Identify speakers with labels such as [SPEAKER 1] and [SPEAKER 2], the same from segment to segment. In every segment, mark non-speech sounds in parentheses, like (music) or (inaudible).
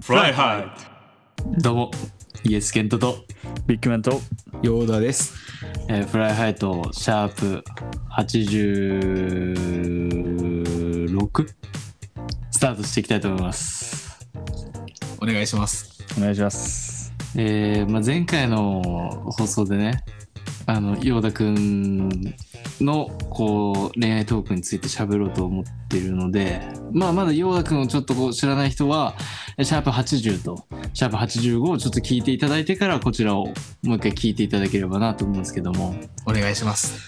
[SPEAKER 1] フライハイ
[SPEAKER 2] どうも、イエスケントと、
[SPEAKER 3] ビッグマンと
[SPEAKER 4] ヨーダです。
[SPEAKER 2] えーフライハイト、シャープ86スタートしていきたいと思います。
[SPEAKER 4] お願いします。
[SPEAKER 3] お願いします。
[SPEAKER 2] えーまあ、前回の放送でね、あの、ヨーダくんの、こう、恋愛トークについて喋ろうと思っているので、まあ、まだヨーダくんをちょっとこう知らない人は、えーシャープ80と、シャープ85をちょっと聞いていただいてから、こちらをもう一回聞いていただければなと思うんですけども、
[SPEAKER 4] お願いします。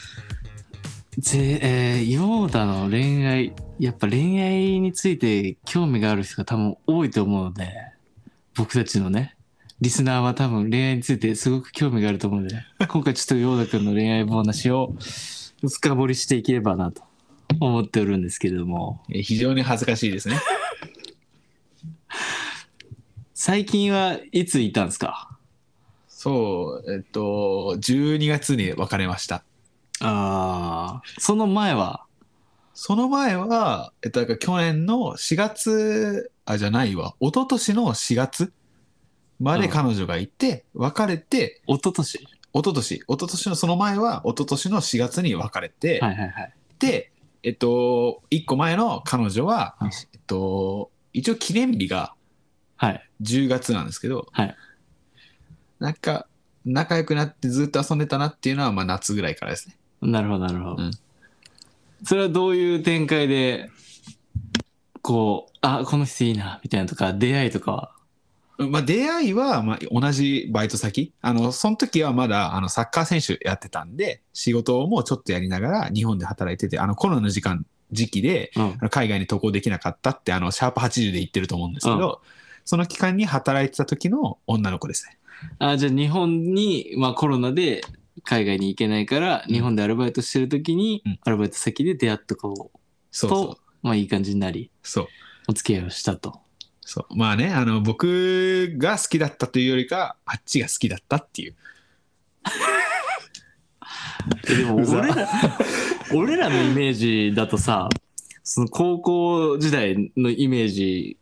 [SPEAKER 2] ぜえー、ヨーダの恋愛やっぱ恋愛について興味がある人が多分多いと思うので僕たちのねリスナーは多分恋愛についてすごく興味があると思うので今回ちょっとヨーダ君の恋愛話を深掘りしていければなと思っておるんですけれども
[SPEAKER 4] えー非常に恥ずかしいですね。
[SPEAKER 2] 最近はいついたんですか
[SPEAKER 4] そう、えっと、12月に別れました。
[SPEAKER 2] あーその前は
[SPEAKER 4] その前は、えっと、だから去年の4月、あ、じゃないわ、一昨年の4月まで彼女がいて、別れて、
[SPEAKER 2] 一昨年
[SPEAKER 4] 一昨年、一昨年のその前は、一昨年の4月に別れて、
[SPEAKER 2] はいはいはい
[SPEAKER 4] で、えっと、1個前の彼女は
[SPEAKER 2] うん、
[SPEAKER 4] えっと、一応記念日が
[SPEAKER 2] はい
[SPEAKER 4] 10月なんですけど、
[SPEAKER 2] はい
[SPEAKER 4] なんか仲良くなってずっと遊んでたなっていうのはまあ夏ぐらいからですね
[SPEAKER 2] なるほどなるほど、
[SPEAKER 4] うん
[SPEAKER 2] それはどういう展開でこうあこの人いいなみたいなとか出会いとかは
[SPEAKER 4] まあ出会いはまあ同じバイト先あのその時はまだあのサッカー選手やってたんで仕事もちょっとやりながら日本で働いててあのコロナの時間時期で
[SPEAKER 2] うん
[SPEAKER 4] あの海外に渡航できなかったってあのシャープ80で言ってると思うんですけど、その期間に働いてた時の女の子ですね
[SPEAKER 2] あじゃあ日本に、まあ、コロナで海外に行けないから日本でアルバイトしてる時に、
[SPEAKER 4] うん
[SPEAKER 2] アルバイト先で出会った子、
[SPEAKER 4] そうそう
[SPEAKER 2] とまあ、いい感じになり
[SPEAKER 4] そう
[SPEAKER 2] お付き合いをした
[SPEAKER 4] (laughs)
[SPEAKER 2] と
[SPEAKER 4] そうまあねあの僕が好きだったというよりかあっちが好きだったっていう
[SPEAKER 2] えでも
[SPEAKER 4] うざ
[SPEAKER 2] 俺ら俺らのイメージだとさその高校時代のイメージ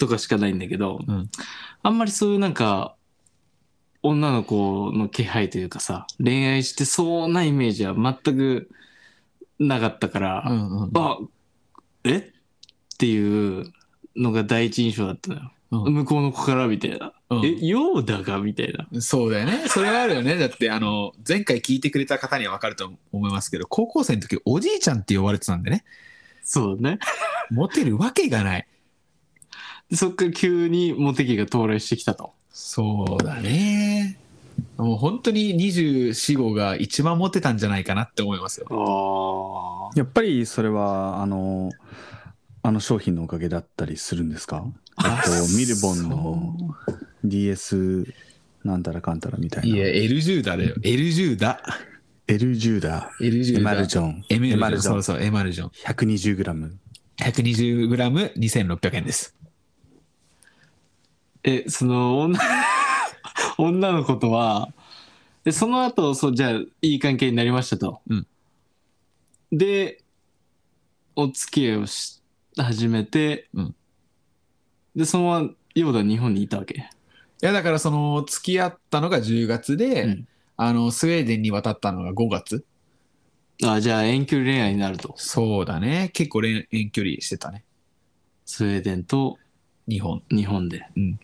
[SPEAKER 2] とかしかないんだけど、
[SPEAKER 4] うん
[SPEAKER 2] あんまりそういうなんか女の子の気配というかさ恋愛してそうなイメージは全くなかったから、
[SPEAKER 4] んうん
[SPEAKER 2] あえっていうのが第一印象だったのよ、
[SPEAKER 4] うん
[SPEAKER 2] 向こうの子からみたいな、
[SPEAKER 4] うん
[SPEAKER 2] えヨーダがみたいな
[SPEAKER 4] そうだよね。それはあるよね。だって、あの、前回聞いてくれた方には分かると思いますけど、高校生の時、おじいちゃんって呼ばれてたんでね、
[SPEAKER 2] そうだね
[SPEAKER 4] モテるわけがない。
[SPEAKER 2] でそっから急にモテ期が到来してきたと
[SPEAKER 4] そうだね。もう本当に24号が一番モテたんじゃないかなって思いますよ。
[SPEAKER 2] あ
[SPEAKER 3] やっぱりそれはあのあの商品のおかげだったりするんですか？あとミルボンの DS なんたらかんたらみたい
[SPEAKER 4] いや、
[SPEAKER 3] な。
[SPEAKER 4] エルジューダだよ。エルジューダ。
[SPEAKER 3] エルジューダ、
[SPEAKER 4] エルジュ
[SPEAKER 3] エ
[SPEAKER 4] ーダ。
[SPEAKER 3] マルジョン、
[SPEAKER 4] エ
[SPEAKER 3] エ
[SPEAKER 4] マ
[SPEAKER 3] マ
[SPEAKER 4] ル
[SPEAKER 3] ル
[SPEAKER 4] ジ
[SPEAKER 3] ジ
[SPEAKER 4] ョン。
[SPEAKER 3] ョ
[SPEAKER 4] そう
[SPEAKER 3] ン、
[SPEAKER 4] そう、エマルジョン。
[SPEAKER 3] 120グラム。
[SPEAKER 4] 120g2600 円です。
[SPEAKER 2] えその女 (laughs) 女の子とはでその後そうじゃあいい関係になりましたと、
[SPEAKER 4] うん
[SPEAKER 2] でお付き合いをし始めて、
[SPEAKER 4] うん
[SPEAKER 2] でそのままヨーダ日本にいたわけ
[SPEAKER 4] いや、だからその、付き合ったのが10月で、
[SPEAKER 2] うん
[SPEAKER 4] あの、スウェーデンに渡ったのが5月。
[SPEAKER 2] あじゃあ遠距離恋愛になると
[SPEAKER 4] そうだね。結構れん遠距離してたね。
[SPEAKER 2] スウェーデンと
[SPEAKER 4] 日本。
[SPEAKER 2] 日本で、
[SPEAKER 4] うん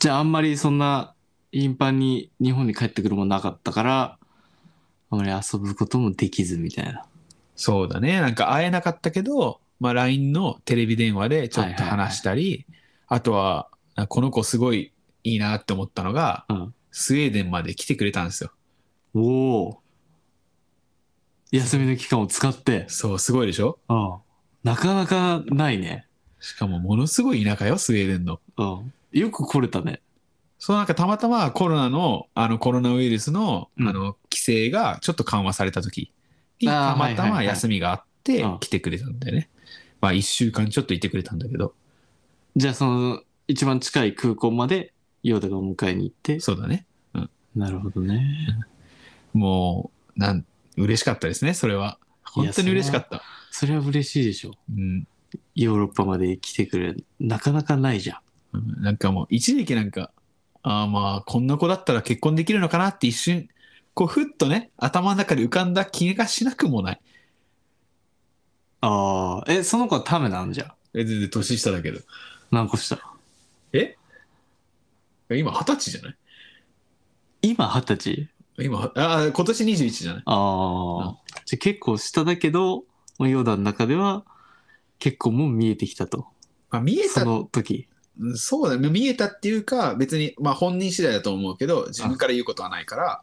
[SPEAKER 2] じゃああんまりそんな頻繁に日本に帰ってくるもんなかったからあまり遊ぶこともできずみたいな
[SPEAKER 4] そうだね。なんか会えなかったけど、まあ、LINE のテレビ電話でちょっと話したり、あとは、あこの子すごいいいなって思ったのが、
[SPEAKER 2] うん
[SPEAKER 4] スウェーデンまで来てくれたんですよ。
[SPEAKER 2] おお休みの期間を使って
[SPEAKER 4] そう、すごいでしょ
[SPEAKER 2] うんなかなかないね、
[SPEAKER 4] しかもものすごい田舎よ、スウェーデンの。
[SPEAKER 2] うん、よく来れたね
[SPEAKER 4] そう、なんかたまたまコロナの、あのコロナウイルスの、
[SPEAKER 2] うん
[SPEAKER 4] あの、規制がちょっと緩和された時に、
[SPEAKER 2] あー
[SPEAKER 4] たまた
[SPEAKER 2] はいはいは
[SPEAKER 4] ま
[SPEAKER 2] い
[SPEAKER 4] 休みがあって
[SPEAKER 2] うん
[SPEAKER 4] 来てくれたんだよね。まあ、1週間ちょっといてくれたんだけど、
[SPEAKER 2] じゃあその一番近い空港までヨーダがお迎えに行って
[SPEAKER 4] そうだね。
[SPEAKER 2] なるほどね
[SPEAKER 4] もう、なん、嬉しかったですね、それは。本当に嬉しかった。
[SPEAKER 2] それは嬉しいでしょ
[SPEAKER 4] うん。
[SPEAKER 2] ヨーロッパまで来てくれる、なかなかないじゃん。
[SPEAKER 4] うんなんかもう一時期なんか、ああまあこんな子だったら結婚できるのかなって一瞬、こうふっとね、頭の中で浮かんだ気がしなくもない。
[SPEAKER 2] ああ、え、その子はためなんじゃん。
[SPEAKER 4] え、全然年下だけど。
[SPEAKER 2] 何個した
[SPEAKER 4] え今二十歳じゃない
[SPEAKER 2] 今二十歳
[SPEAKER 4] 今、ああ、今年21じゃない
[SPEAKER 2] ああ、じゃあ結構下だけど、もうヨーダの中では結構もう見えてきたと。
[SPEAKER 4] まあ見え
[SPEAKER 2] そ
[SPEAKER 4] た、
[SPEAKER 2] の時。
[SPEAKER 4] うんそうだね。見えたっていうか、別に、まあ本人次第だと思うけど、自分から言うことはないから、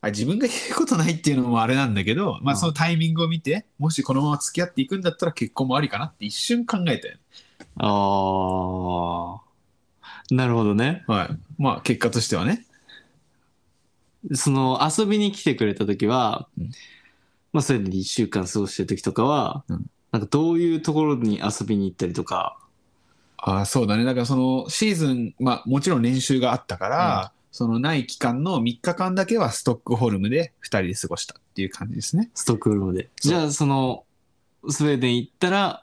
[SPEAKER 4] あ自分が言うことないっていうのもあれなんだけど、まあ
[SPEAKER 2] うん
[SPEAKER 4] そのタイミングを見て、もしこのまま付き合っていくんだったら結婚もありかなって一瞬考えたよね。
[SPEAKER 2] ああ、なるほどね。
[SPEAKER 4] はい。まあ結果としてはね。
[SPEAKER 2] その遊びに来てくれた時は、
[SPEAKER 4] うん
[SPEAKER 2] まあそういうのに1週間過ごしてる時とかは、
[SPEAKER 4] うん
[SPEAKER 2] なんかどういうところに遊びに行ったりとか、
[SPEAKER 4] ああ、そうだね。だからそのシーズン、まあもちろん練習があったから、そのない期間の3日間だけはストックホルムで2人で過ごしたっていう感じですね。
[SPEAKER 2] ストックホルムで。
[SPEAKER 4] そう
[SPEAKER 2] じゃあそのスウェーデン行ったら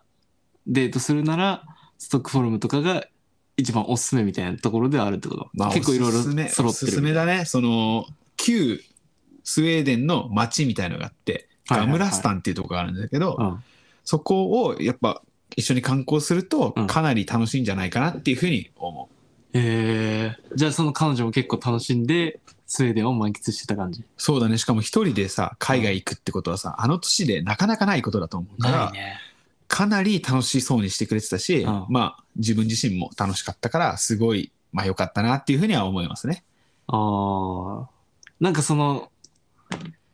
[SPEAKER 2] デートするならストックホルムとかが一番おすすめみたいなところではあるってこと、
[SPEAKER 4] まあ
[SPEAKER 2] 結構いろいろ
[SPEAKER 4] おすすめ
[SPEAKER 2] 揃って
[SPEAKER 4] おすすめ
[SPEAKER 2] る。
[SPEAKER 4] だね。その、旧スウェーデンの街みたいのがあって、
[SPEAKER 2] はいは
[SPEAKER 4] ガ
[SPEAKER 2] いはい
[SPEAKER 4] ムラスタンっていうところがあるんだけど、
[SPEAKER 2] うん、
[SPEAKER 4] そこをやっぱ一緒に観光すると
[SPEAKER 2] うん
[SPEAKER 4] かなり楽しいんじゃないかなっていうふうに思う。
[SPEAKER 2] えー、じゃあその彼女も結構楽しんでスウェーデンを満喫してた感じ。
[SPEAKER 4] そうだね。しかも一人でさ、海外行くってことはさ、あの年でなかなかないことだと思うから、
[SPEAKER 2] いね。
[SPEAKER 4] かなり楽しそうにしてくれてたし、
[SPEAKER 2] うん
[SPEAKER 4] まあ自分自身も楽しかったから、すごい、まあ良かったなっていうふうには思いますね。
[SPEAKER 2] ああ。なんかその、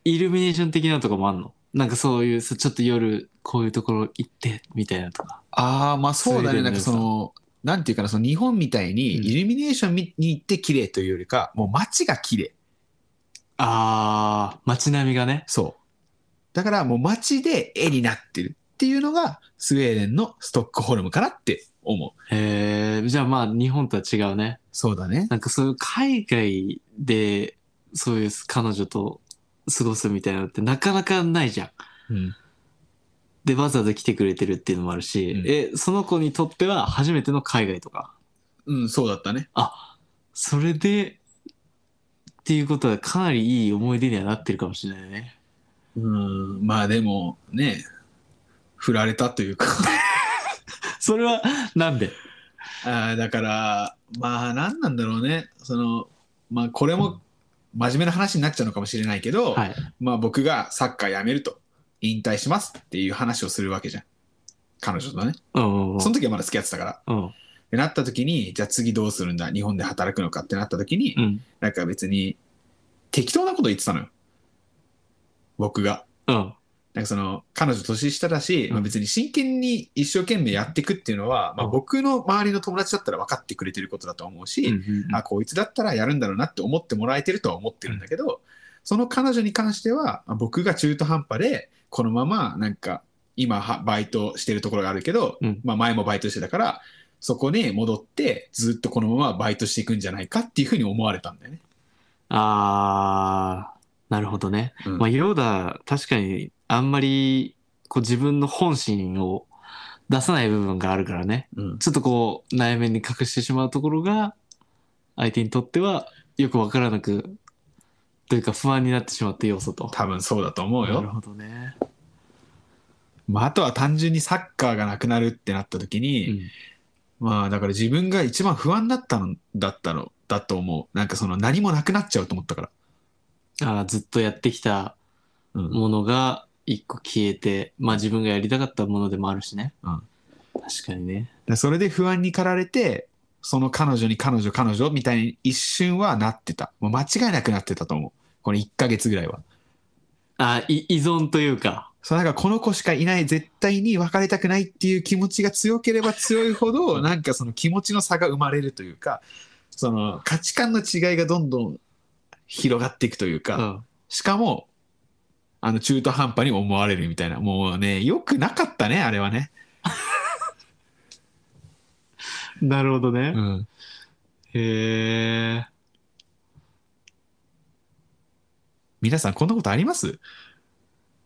[SPEAKER 2] イルミネーション的なとかもあんのなんかそういう、そちょっと夜、こういうところ行って、みたいなとか。
[SPEAKER 4] ああ、まあそうだ
[SPEAKER 2] スウェーデンの良
[SPEAKER 4] ね。なんか
[SPEAKER 2] さ
[SPEAKER 4] その、なんていうかな、その日本みたいに
[SPEAKER 2] うん
[SPEAKER 4] イルミネーション見に行って綺麗というよりか、もう街が綺麗。
[SPEAKER 2] ああ、街並みがね。
[SPEAKER 4] そう。だからもう街で絵になってるっていうのがスウェーデンのストックホルムかなって思う。
[SPEAKER 2] えー、じゃあまあ日本とは違うね。
[SPEAKER 4] そうだね。
[SPEAKER 2] なんかそういう海外で、そういう彼女と過ごすみたいなのってなかなかないじゃん。
[SPEAKER 4] うん。
[SPEAKER 2] で、わざわざ来てくれてるっていうのもあるし、
[SPEAKER 4] うん
[SPEAKER 2] え、その子にとっては初めての海外とか。
[SPEAKER 4] うん、そうだったね。
[SPEAKER 2] あそれでっていうことはかなりいい思い出にはなってるかもしれないね。
[SPEAKER 4] うん。まあでもね、振られたというか (laughs)
[SPEAKER 2] それはなんで
[SPEAKER 4] あー。だから、まあ何なんだろうね。その、まあこれも真面目な話になっちゃうのかもしれないけど、
[SPEAKER 2] はい。
[SPEAKER 4] まあ僕がサッカー辞めると、引退しますっていう話をするわけじゃん。彼女とね。
[SPEAKER 2] うんうんうん。
[SPEAKER 4] その時はまだ付き合ってたから。
[SPEAKER 2] うん
[SPEAKER 4] ってなった時に、じゃあ次どうするんだ日本で働くのかってなった時に、
[SPEAKER 2] うん。
[SPEAKER 4] なんか別に適当なこと言ってたのよ。僕が。
[SPEAKER 2] うん。
[SPEAKER 4] なんかその、彼女年下だし、
[SPEAKER 2] うん
[SPEAKER 4] まあ、別に真剣に一生懸命やっていくっていうのは、まあ
[SPEAKER 2] うん
[SPEAKER 4] 僕の周りの友達だったら分かってくれてることだと思うし、あ、こいつだったらやるんだろうなって思ってもらえてるとは思ってるんだけど、その彼女に関しては、あ僕が中途半端で、このままなんか、今はバイトしてるところがあるけど、
[SPEAKER 2] うん
[SPEAKER 4] まあ前もバイトしてたから、そこに戻って、ずっとこのままバイトしていくんじゃないかっていうふうに思われたんだよね。
[SPEAKER 2] あー、なるほどね。
[SPEAKER 4] うん
[SPEAKER 2] まあ、ヨーダ、確かにあんまりこう自分の本心を出さない部分があるからね。
[SPEAKER 4] うん
[SPEAKER 2] ちょっとこう内面に隠してしまうところが相手にとってはよくわからなくというか不安になってしまった要素と。
[SPEAKER 4] 多分そうだと思う
[SPEAKER 2] なる
[SPEAKER 4] よ。
[SPEAKER 2] ほどね。
[SPEAKER 4] まああとは単純にサッカーがなくなるってなった時に、
[SPEAKER 2] うん
[SPEAKER 4] まあだから自分が一番不安だったの、だったの、だと思う。なんかその何もなくなっちゃうと思ったから。
[SPEAKER 2] あーずっとやってきた
[SPEAKER 4] うん
[SPEAKER 2] ものが一個消えて、まあ自分がやりたかったものでもあるしね。
[SPEAKER 4] うん
[SPEAKER 2] 確かにね。
[SPEAKER 4] でそれで不安に駆られて、その彼女に彼女彼女みたいに一瞬はなってた。もう間違いなくなってたと思う。この1ヶ月ぐらいは。
[SPEAKER 2] あーい依存というか。
[SPEAKER 4] そうなんかこの子しかいない、絶対に別れたくないっていう気持ちが強ければ強い
[SPEAKER 2] (laughs)
[SPEAKER 4] ほど、なんかその気持ちの差が生まれるというか、その価値観の違いがどんどん広がっていくという
[SPEAKER 2] う
[SPEAKER 4] か、
[SPEAKER 2] ん。
[SPEAKER 4] しかも、あの中途半端に思われるみたいな。もうね、良くなかったね、あれはね。
[SPEAKER 2] なるほどね。
[SPEAKER 4] うん。
[SPEAKER 2] へえ。
[SPEAKER 4] 皆さんこんなことあります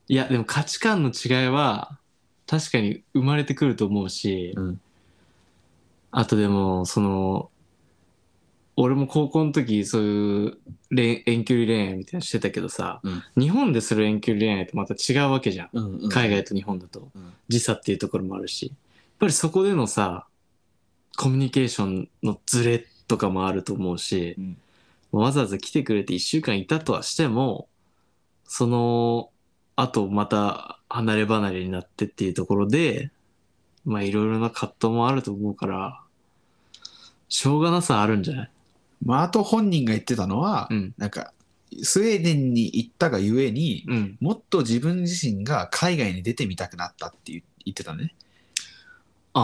[SPEAKER 2] いや、でも価値観の違いは確かに生まれてくると思うし、
[SPEAKER 4] うん
[SPEAKER 2] あとでもその俺も高校の時そういう恋遠距離恋愛みたいなのしてたけどさ、
[SPEAKER 4] うん
[SPEAKER 2] 日本でする遠距離恋愛とまた違うわけじゃん、海外と日本だと
[SPEAKER 4] うん
[SPEAKER 2] 時差っていうところもあるしやっぱりそこでのさコミュニケーションのズレとかもあると思うし、
[SPEAKER 4] うん
[SPEAKER 2] わざわざ来てくれて1週間いたとはしてもそのあとまた離れ離れになってっていうところでまあいろいろな葛藤もあると思うからしょうがなさあるんじゃない
[SPEAKER 4] まああと本人が言ってたのは、
[SPEAKER 2] うん
[SPEAKER 4] なんかスウェーデンに行ったがゆえに
[SPEAKER 2] うん
[SPEAKER 4] もっと自分自身が海外に出てみたくなったって言ってたね
[SPEAKER 2] あ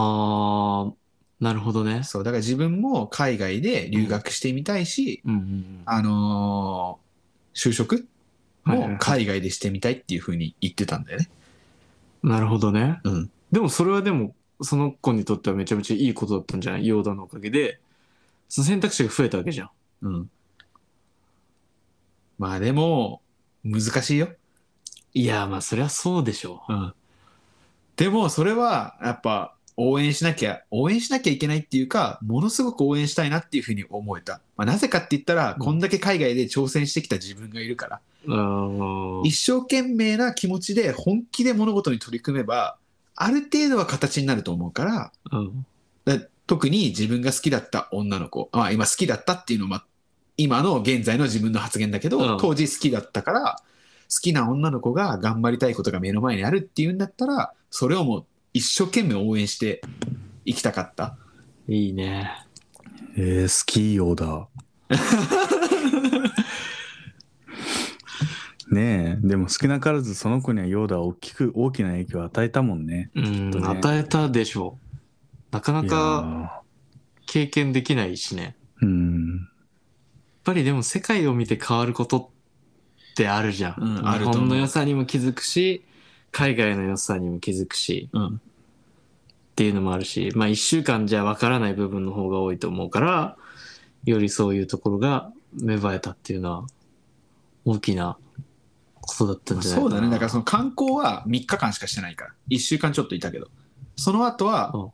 [SPEAKER 2] ーなるほどね
[SPEAKER 4] そうだから自分も海外で留学してみたいし、
[SPEAKER 2] うんうん
[SPEAKER 4] あのー就職
[SPEAKER 2] はいはいは
[SPEAKER 4] も
[SPEAKER 2] い
[SPEAKER 4] 海外でしてみたいっていうふうに言ってたんだよね、
[SPEAKER 2] うんなるほどね
[SPEAKER 4] うん、
[SPEAKER 2] でもそれはでもその子にとってはめちゃめちゃいいことだったんじゃないヨーダのおかげでその選択肢が増えたわけじゃん
[SPEAKER 4] うん、まあでも難しいよ、
[SPEAKER 2] いやーまあそりゃそうでしょう
[SPEAKER 4] うん、でもそれはやっぱ応援しなきゃ応援しなきゃいけないっていうかものすごく応援したいなっていうふうに思えた、まあ、なぜかって言ったら、
[SPEAKER 2] うん
[SPEAKER 4] こんだけ海外で挑戦してきた自分がいるから
[SPEAKER 2] うーん
[SPEAKER 4] 一生懸命な気持ちで本気で物事に取り組めばある程度は形になると思うから
[SPEAKER 2] うん
[SPEAKER 4] だ特に自分が好きだった女の子、まあ、今好きだったっていうのはまあ今の現在の自分の発言だけど、
[SPEAKER 2] うん
[SPEAKER 4] 当時好きだったから好きな女の子が頑張りたいことが目の前にあるっていうんだったらそれをもう一生懸命応援していきたかった
[SPEAKER 2] いいね。
[SPEAKER 3] えー、スキー用だ。ねえ、でも少なからずその子にはヨーダは大きく大きな影響を与えたもんね。
[SPEAKER 2] うん、
[SPEAKER 3] とね
[SPEAKER 2] 与えたでしょう。なかないか
[SPEAKER 3] や
[SPEAKER 2] 経験できないしね。やっ
[SPEAKER 3] ーうん。
[SPEAKER 2] ぱりでも世界を見て変わることってあるじゃん。
[SPEAKER 4] うんあると
[SPEAKER 2] 日
[SPEAKER 4] 思
[SPEAKER 2] 本
[SPEAKER 4] う
[SPEAKER 2] の良さにも気づくし、海外の良さにも気づくし
[SPEAKER 4] うん
[SPEAKER 2] っていうのもあるし、まあ一週間じゃわからない部分の方が多いと思うから、よりそういうところが芽生えたっていうのは大きなことだったんじゃない
[SPEAKER 4] そ
[SPEAKER 2] か
[SPEAKER 4] う
[SPEAKER 2] な。
[SPEAKER 4] だねだからその観光は3日間しかしてないから1週間ちょっといたけどその後は
[SPEAKER 2] うん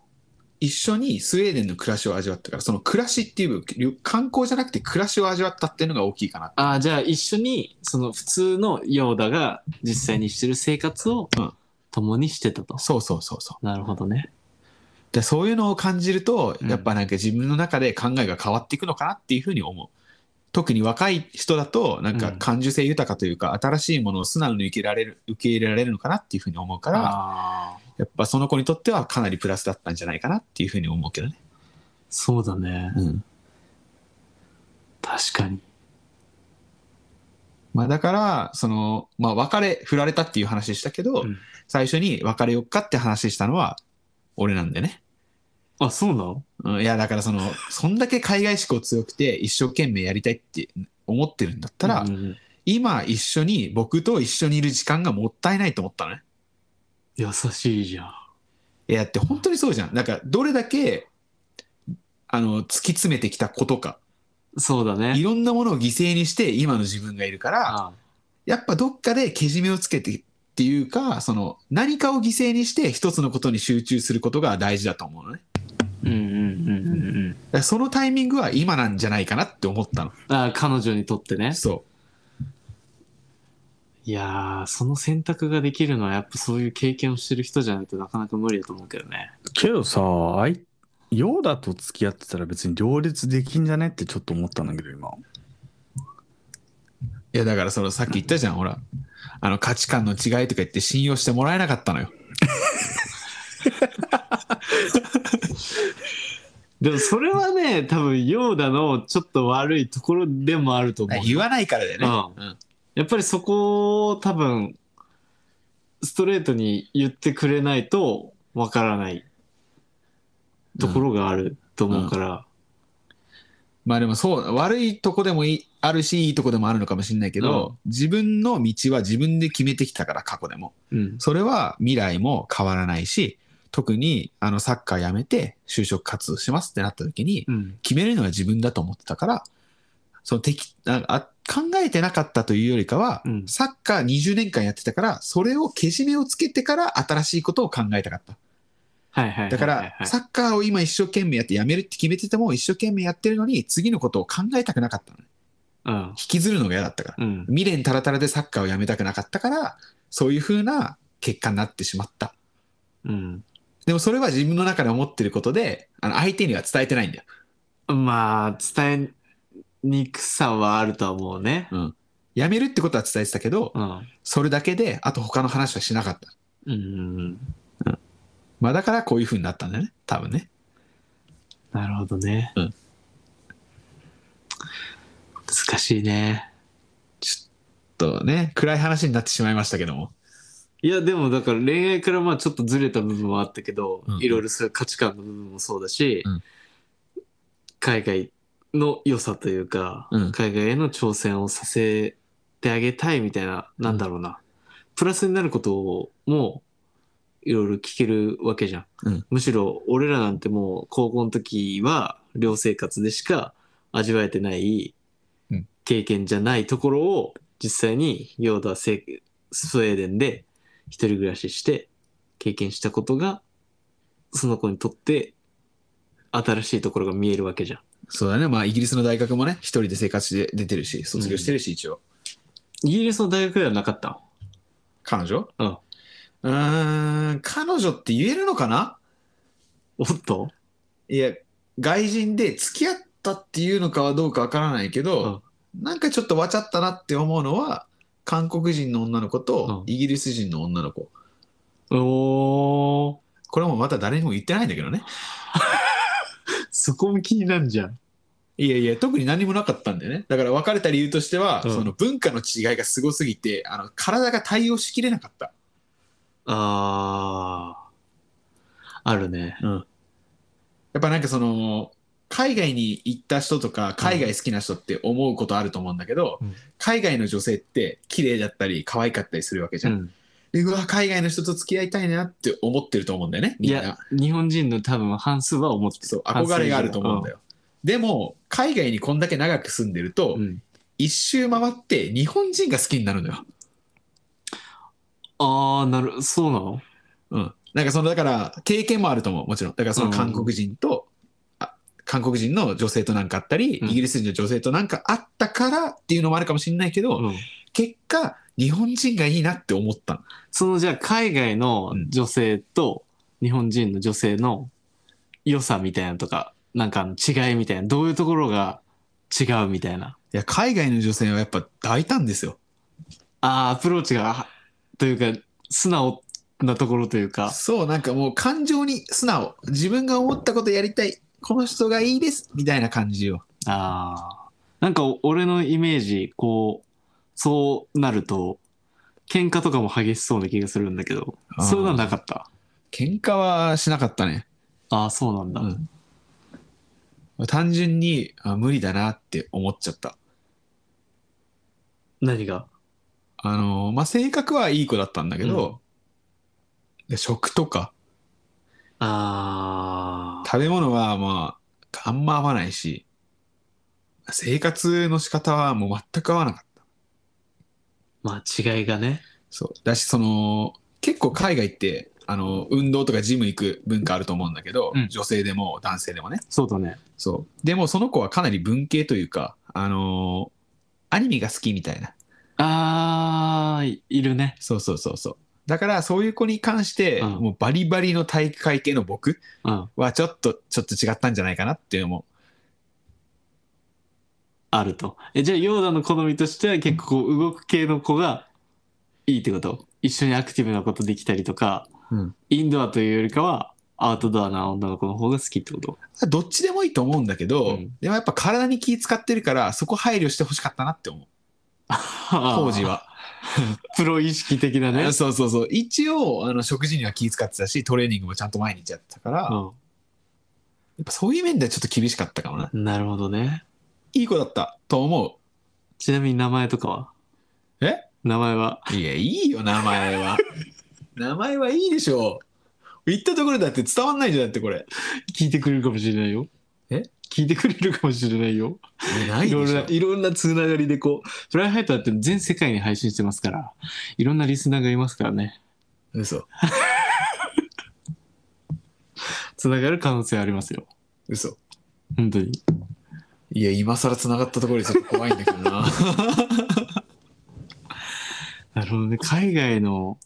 [SPEAKER 4] 一緒にスウェーデンの暮らしを味わったからその暮らしっていう部観光じゃなくて暮らしを味わったっていうのが大きいかな
[SPEAKER 2] ああ、じゃあ一緒に、その普通のヨーダが実際にしてる生活を
[SPEAKER 4] うん
[SPEAKER 2] 共にしてたと。
[SPEAKER 4] そうそうそうそう
[SPEAKER 2] なるほどね。
[SPEAKER 4] でそういうのを感じると、
[SPEAKER 2] うん
[SPEAKER 4] やっぱなんか自分の中で考えが変わっていくのかなっていうふうに思う。特に若い人だと、なんか
[SPEAKER 2] うん
[SPEAKER 4] 感受性豊かというか、新しいものを素直に受け入れられる、受け入れられるのかなっていうふうに思うから、
[SPEAKER 2] ああ。
[SPEAKER 4] やっぱその子にとってはかなりプラスだったんじゃないかなっていうふうに思うけどね。
[SPEAKER 2] そうだね。確かに。
[SPEAKER 4] まあだから、その、まあ別れ、振られたっていう話したけど、
[SPEAKER 2] うん
[SPEAKER 4] 最初に別れよっかって話したのは、俺なんだよね。
[SPEAKER 2] あ、そうなの
[SPEAKER 4] うん、いや、だからその、そんだけ海外志向強くて、一生懸命やりたいって思ってるんだったら、
[SPEAKER 2] うんうん
[SPEAKER 4] 今一緒に僕と一緒にいる時間がもったいないと思ったのね。
[SPEAKER 2] 優しいじゃん。
[SPEAKER 4] いやだって本当にそうじゃん。なんかどれだけあの突き詰めてきたことか
[SPEAKER 2] そうだ
[SPEAKER 4] い
[SPEAKER 2] ね。
[SPEAKER 4] ろんなものを犠牲にして今の自分がいるから
[SPEAKER 2] あ
[SPEAKER 4] やっぱどっかでけじめをつけてっていうかその何かを犠牲にして一つのことに集中することが大事だと思うのね。
[SPEAKER 2] うんうんうんうんうん。
[SPEAKER 4] だからそのタイミングは今なんじゃないかなって思ったの。
[SPEAKER 2] ああ、彼女にとってね。
[SPEAKER 4] そ
[SPEAKER 2] いやー、その選択ができるのはやっぱそういう経験をしてる人じゃないとなかなか無理だと思うけどね。
[SPEAKER 3] けどさ、あいヨーダと付き合ってたら別に両立できんじゃねってちょっと思ったんだけど今。
[SPEAKER 4] う。いやだからそのさっき言ったじゃんほらあの価値観の違いとか言って信用してもらえなかったのよ。
[SPEAKER 2] でもそれはね、多分ヨーダのちょっと悪いところでもあると思う。
[SPEAKER 4] 言わないからだよね。うん
[SPEAKER 2] やっぱりそこを多分ストレートに言ってくれないとわからないところがあると思うから、
[SPEAKER 4] まあでもそう悪いとこでもいいあるしいいとこでもあるのかもしれないけど、
[SPEAKER 2] う
[SPEAKER 4] 自分の道は自分で決めてきたから過去でも
[SPEAKER 2] うん
[SPEAKER 4] それは未来も変わらないし特にあのサッカーやめて就職活動しますってなった時に
[SPEAKER 2] うん
[SPEAKER 4] 決めるのは自分だと思ってたからその適ああ考えてなかったというよりかは、
[SPEAKER 2] うん
[SPEAKER 4] サッカー20年間やってたから、それをけじめをつけてから新しいことを考えたかった。
[SPEAKER 2] はいはいはいはいはい。
[SPEAKER 4] だから、サッカーを今一生懸命やってやめるって決めてても、一生懸命やってるのに、次のことを考えたくなかったのね。
[SPEAKER 2] うん
[SPEAKER 4] 引。きずるのが嫌だったから。
[SPEAKER 2] うん。
[SPEAKER 4] 未練たらたらでサッカーをやめたくなかったから、そういう風な結果になってしまった。
[SPEAKER 2] うん。
[SPEAKER 4] でもそれは自分の中で思ってることで、あの相手には伝えてないんだよ。
[SPEAKER 2] まあ、伝えにくさはあるとは思うね。
[SPEAKER 4] やめるってことは伝えてたけど
[SPEAKER 2] う、ん。
[SPEAKER 4] それだけで、あと他の話はしなかった。
[SPEAKER 2] うん。
[SPEAKER 4] まあだからこういう風になったんだよね。多分ね。
[SPEAKER 2] なるほどね。
[SPEAKER 4] うん
[SPEAKER 2] 難しいね。
[SPEAKER 4] とね、暗い話になってしまいましたけども。
[SPEAKER 2] いや、でもだから恋愛からまあちょっとずれた部分はあったけど
[SPEAKER 4] うん、
[SPEAKER 2] いろいろそういう価値観の部分もそうだし
[SPEAKER 4] うん、
[SPEAKER 2] 海外の良さというか
[SPEAKER 4] うん、
[SPEAKER 2] 海外への挑戦をさせてあげたいみたいな、なんだろうな。プラスになることもいろいろ聞けるわけじゃ
[SPEAKER 4] うんん。
[SPEAKER 2] むしろ俺らなんてもう高校の時は寮生活でしか味わえてない
[SPEAKER 4] うん
[SPEAKER 2] 経験じゃないところを実際にヨーダはせスウェーデンで一人暮らしして経験したことがその子にとって新しいところが見えるわけじゃん。
[SPEAKER 4] そうだね。まあイギリスの大学もね、一人で生活して出てるし、卒業してるし、一応。
[SPEAKER 2] イギリスの大学ではなかったの
[SPEAKER 4] 彼女
[SPEAKER 2] うん
[SPEAKER 4] うーん、彼女って言えるのかな
[SPEAKER 2] おっと
[SPEAKER 4] いや、外人で付き合ったっていうのかはどうかわからないけど、なんかちょっとわちゃったなって思うのは、韓国人の女の子と
[SPEAKER 2] うん
[SPEAKER 4] イギリス人の女の子。
[SPEAKER 2] おー
[SPEAKER 4] これもまた誰にも言ってないんだけどね。
[SPEAKER 2] そこも気になるじゃん。
[SPEAKER 4] いやいや、特に何もなかったんだよね。だから別れた理由としては、
[SPEAKER 2] うん
[SPEAKER 4] その文化の違いがすごすぎて、あの体が対応しきれなかった。
[SPEAKER 2] あーあるね。
[SPEAKER 4] やっぱなんかその、海外に行った人とか、海外好きな人って思うことあると思うんだけど、
[SPEAKER 2] うん
[SPEAKER 4] 海外の女性って綺麗だったり、可愛かったりするわけじゃん。
[SPEAKER 2] ん、
[SPEAKER 4] でうわ、海外の人と付き合いたいなって思ってると思うんだよね、み
[SPEAKER 2] い
[SPEAKER 4] んな
[SPEAKER 2] や。、日本人の多分半数は思ってる
[SPEAKER 4] そう、憧れがあると思うんだ
[SPEAKER 2] よ。
[SPEAKER 4] よ。でも、海外にこんだけ長く住んでると、
[SPEAKER 2] うん
[SPEAKER 4] 一周回って日本人が好きになるのよ。
[SPEAKER 2] ああ、なる、そうなの
[SPEAKER 4] うん。なんかその、だから、経験もあると思う、もちろん。だからその韓国人と、あ韓国人の女性となんかあったり、
[SPEAKER 2] うん
[SPEAKER 4] イギリス人の女性となんかあったからっていうのもあるかもしれないけど、
[SPEAKER 2] うん
[SPEAKER 4] 結果、日本人がいいなって思ったの。
[SPEAKER 2] そのじゃあ海外の女性と日本人の女性の良さみたいなとか、なんかあの違いみたいな、どういうところが違うみたいな。
[SPEAKER 4] いや、海外の女性はやっぱ大胆ですよ。
[SPEAKER 2] ああ、アプローチが、というか、素直なところというか。
[SPEAKER 4] そう、なんかもう感情に素直。自分が思ったことやりたい。この人がいいです。みたいな感じよ。
[SPEAKER 2] ああ。なんかお俺のイメージ、こう、そうなると、喧嘩とかも激しそうな気がするんだけど、
[SPEAKER 4] あー
[SPEAKER 2] そういうのはなかった。
[SPEAKER 4] 喧嘩はしなかったね。
[SPEAKER 2] ああ、そうなんだ。
[SPEAKER 4] うん単純にあ無理だなって思っちゃった。
[SPEAKER 2] 何が
[SPEAKER 4] あのーまあ、性格はいい子だったんだけど、で食とか
[SPEAKER 2] ああ。
[SPEAKER 4] 食べ物はまあ、あんま合わないし、生活の仕方はもう全く合わなかった。
[SPEAKER 2] まあ違いがね。
[SPEAKER 4] そう。だし、その、結構海外って、あの、運動とかジム行く文化あると思うんだけど、
[SPEAKER 2] うん
[SPEAKER 4] 女性でも男性でもね。
[SPEAKER 2] そうだね。
[SPEAKER 4] そう。でも、その子はかなり文系というか、あのーアニメが好きみたいな。
[SPEAKER 2] あー、いいるね。
[SPEAKER 4] そうそうそうそう。だから、そういう子に関して、
[SPEAKER 2] うん
[SPEAKER 4] もうバリバリの体育会系の僕
[SPEAKER 2] うん。
[SPEAKER 4] はちょっと、ちょっと違ったんじゃないかなっていうのも。
[SPEAKER 2] あると。え、じゃあ、ヨーダの好みとしては結構こう動く系の子がいいってこと一緒にアクティブなことできたりとか、
[SPEAKER 4] うん
[SPEAKER 2] インドアというよりかはアウトドアな女の子の方が好きってこと
[SPEAKER 4] どっちでもいいと思うんだけど、
[SPEAKER 2] うん
[SPEAKER 4] でもやっぱ体に気使ってるから、そこ配慮してほしかったなって思う。当時。は。
[SPEAKER 2] プロ意識的だね。
[SPEAKER 4] あそうそうそう一応あの食事には気遣ってたしトレーニングもちゃんと毎日やってたから、やっぱそういう面ではちょっと厳しかったかもな
[SPEAKER 2] うん。なるほどね。
[SPEAKER 4] いい子だったと思
[SPEAKER 2] ちなみに名前とかは
[SPEAKER 4] え
[SPEAKER 2] 名前は。
[SPEAKER 4] ういやいいよ名前は (laughs) 名前はいいでしょう言ったところだって伝わんないじゃんだってこれ
[SPEAKER 2] 聞いてくれるかもしれないよ。
[SPEAKER 4] え
[SPEAKER 2] 聞いてくれるかもしれないよ。
[SPEAKER 4] ない
[SPEAKER 2] いろ
[SPEAKER 4] で
[SPEAKER 2] ん
[SPEAKER 4] し
[SPEAKER 2] な
[SPEAKER 4] ょ、
[SPEAKER 2] いろんなつながりでこう、フライハイターって全世界に配信してますから、いろんなリスナーがいますからね、
[SPEAKER 4] 嘘
[SPEAKER 2] つながる可能性ありますよ。
[SPEAKER 4] 嘘
[SPEAKER 2] 本当に。
[SPEAKER 4] いや今更繋がったところでちょっと怖いんだけどな
[SPEAKER 2] なるほどね。海外の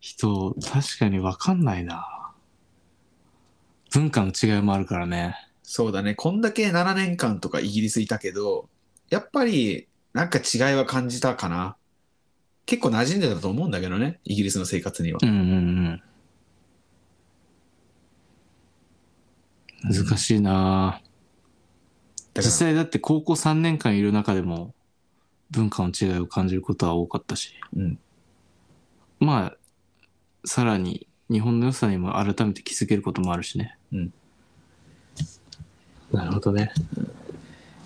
[SPEAKER 2] 人、確かにわかんないな。文化の違いもあるからね。
[SPEAKER 4] そうだねこんだけ7年間とかイギリスいたけどやっぱりなんか違いは感じたかな結構馴染んでたと思うんだけどねイギリスの生活には
[SPEAKER 2] うんうんうん。難しいな
[SPEAKER 4] だか
[SPEAKER 2] 実際だって高校3年間いる中でも文化の違いを感じることは多かったし、
[SPEAKER 4] ら、うん、
[SPEAKER 2] まあ、さらに日本の良さにも改めて気づけることもあるしね。
[SPEAKER 4] うん
[SPEAKER 2] なるほどね。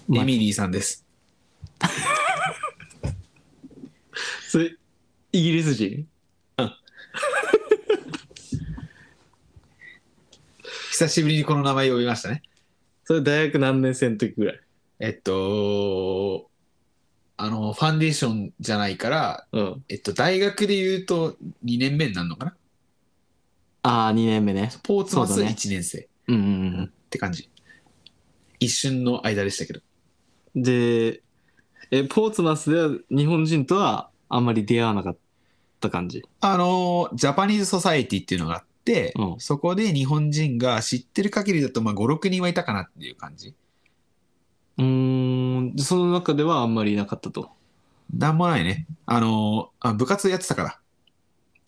[SPEAKER 2] まあ
[SPEAKER 4] エミリーさんです
[SPEAKER 2] それ、イギリス人
[SPEAKER 4] 久しぶりにこの名前呼びましたね
[SPEAKER 2] それ大学何年生の時ぐらい
[SPEAKER 4] えっとあのファンデーションじゃないから
[SPEAKER 2] うん。
[SPEAKER 4] えっと大学で言うと2年目になるのかな
[SPEAKER 2] ああ、2年目ね。
[SPEAKER 4] ポーツマス
[SPEAKER 2] そうだね
[SPEAKER 4] 1年生、
[SPEAKER 2] うんうんうん。
[SPEAKER 4] って感じ一瞬の間でしたけど
[SPEAKER 2] でえポーツマスでは日本人とはあんまり出会わなかった感じ
[SPEAKER 4] あのージャパニーズソサエティっていうのがあって、
[SPEAKER 2] うん
[SPEAKER 4] そこで日本人が知ってる限りだとまあ56人はいたかなっていう感じ
[SPEAKER 2] うーんその中ではあんまりいなかったと
[SPEAKER 4] なんもないねあのーあ部活やってたか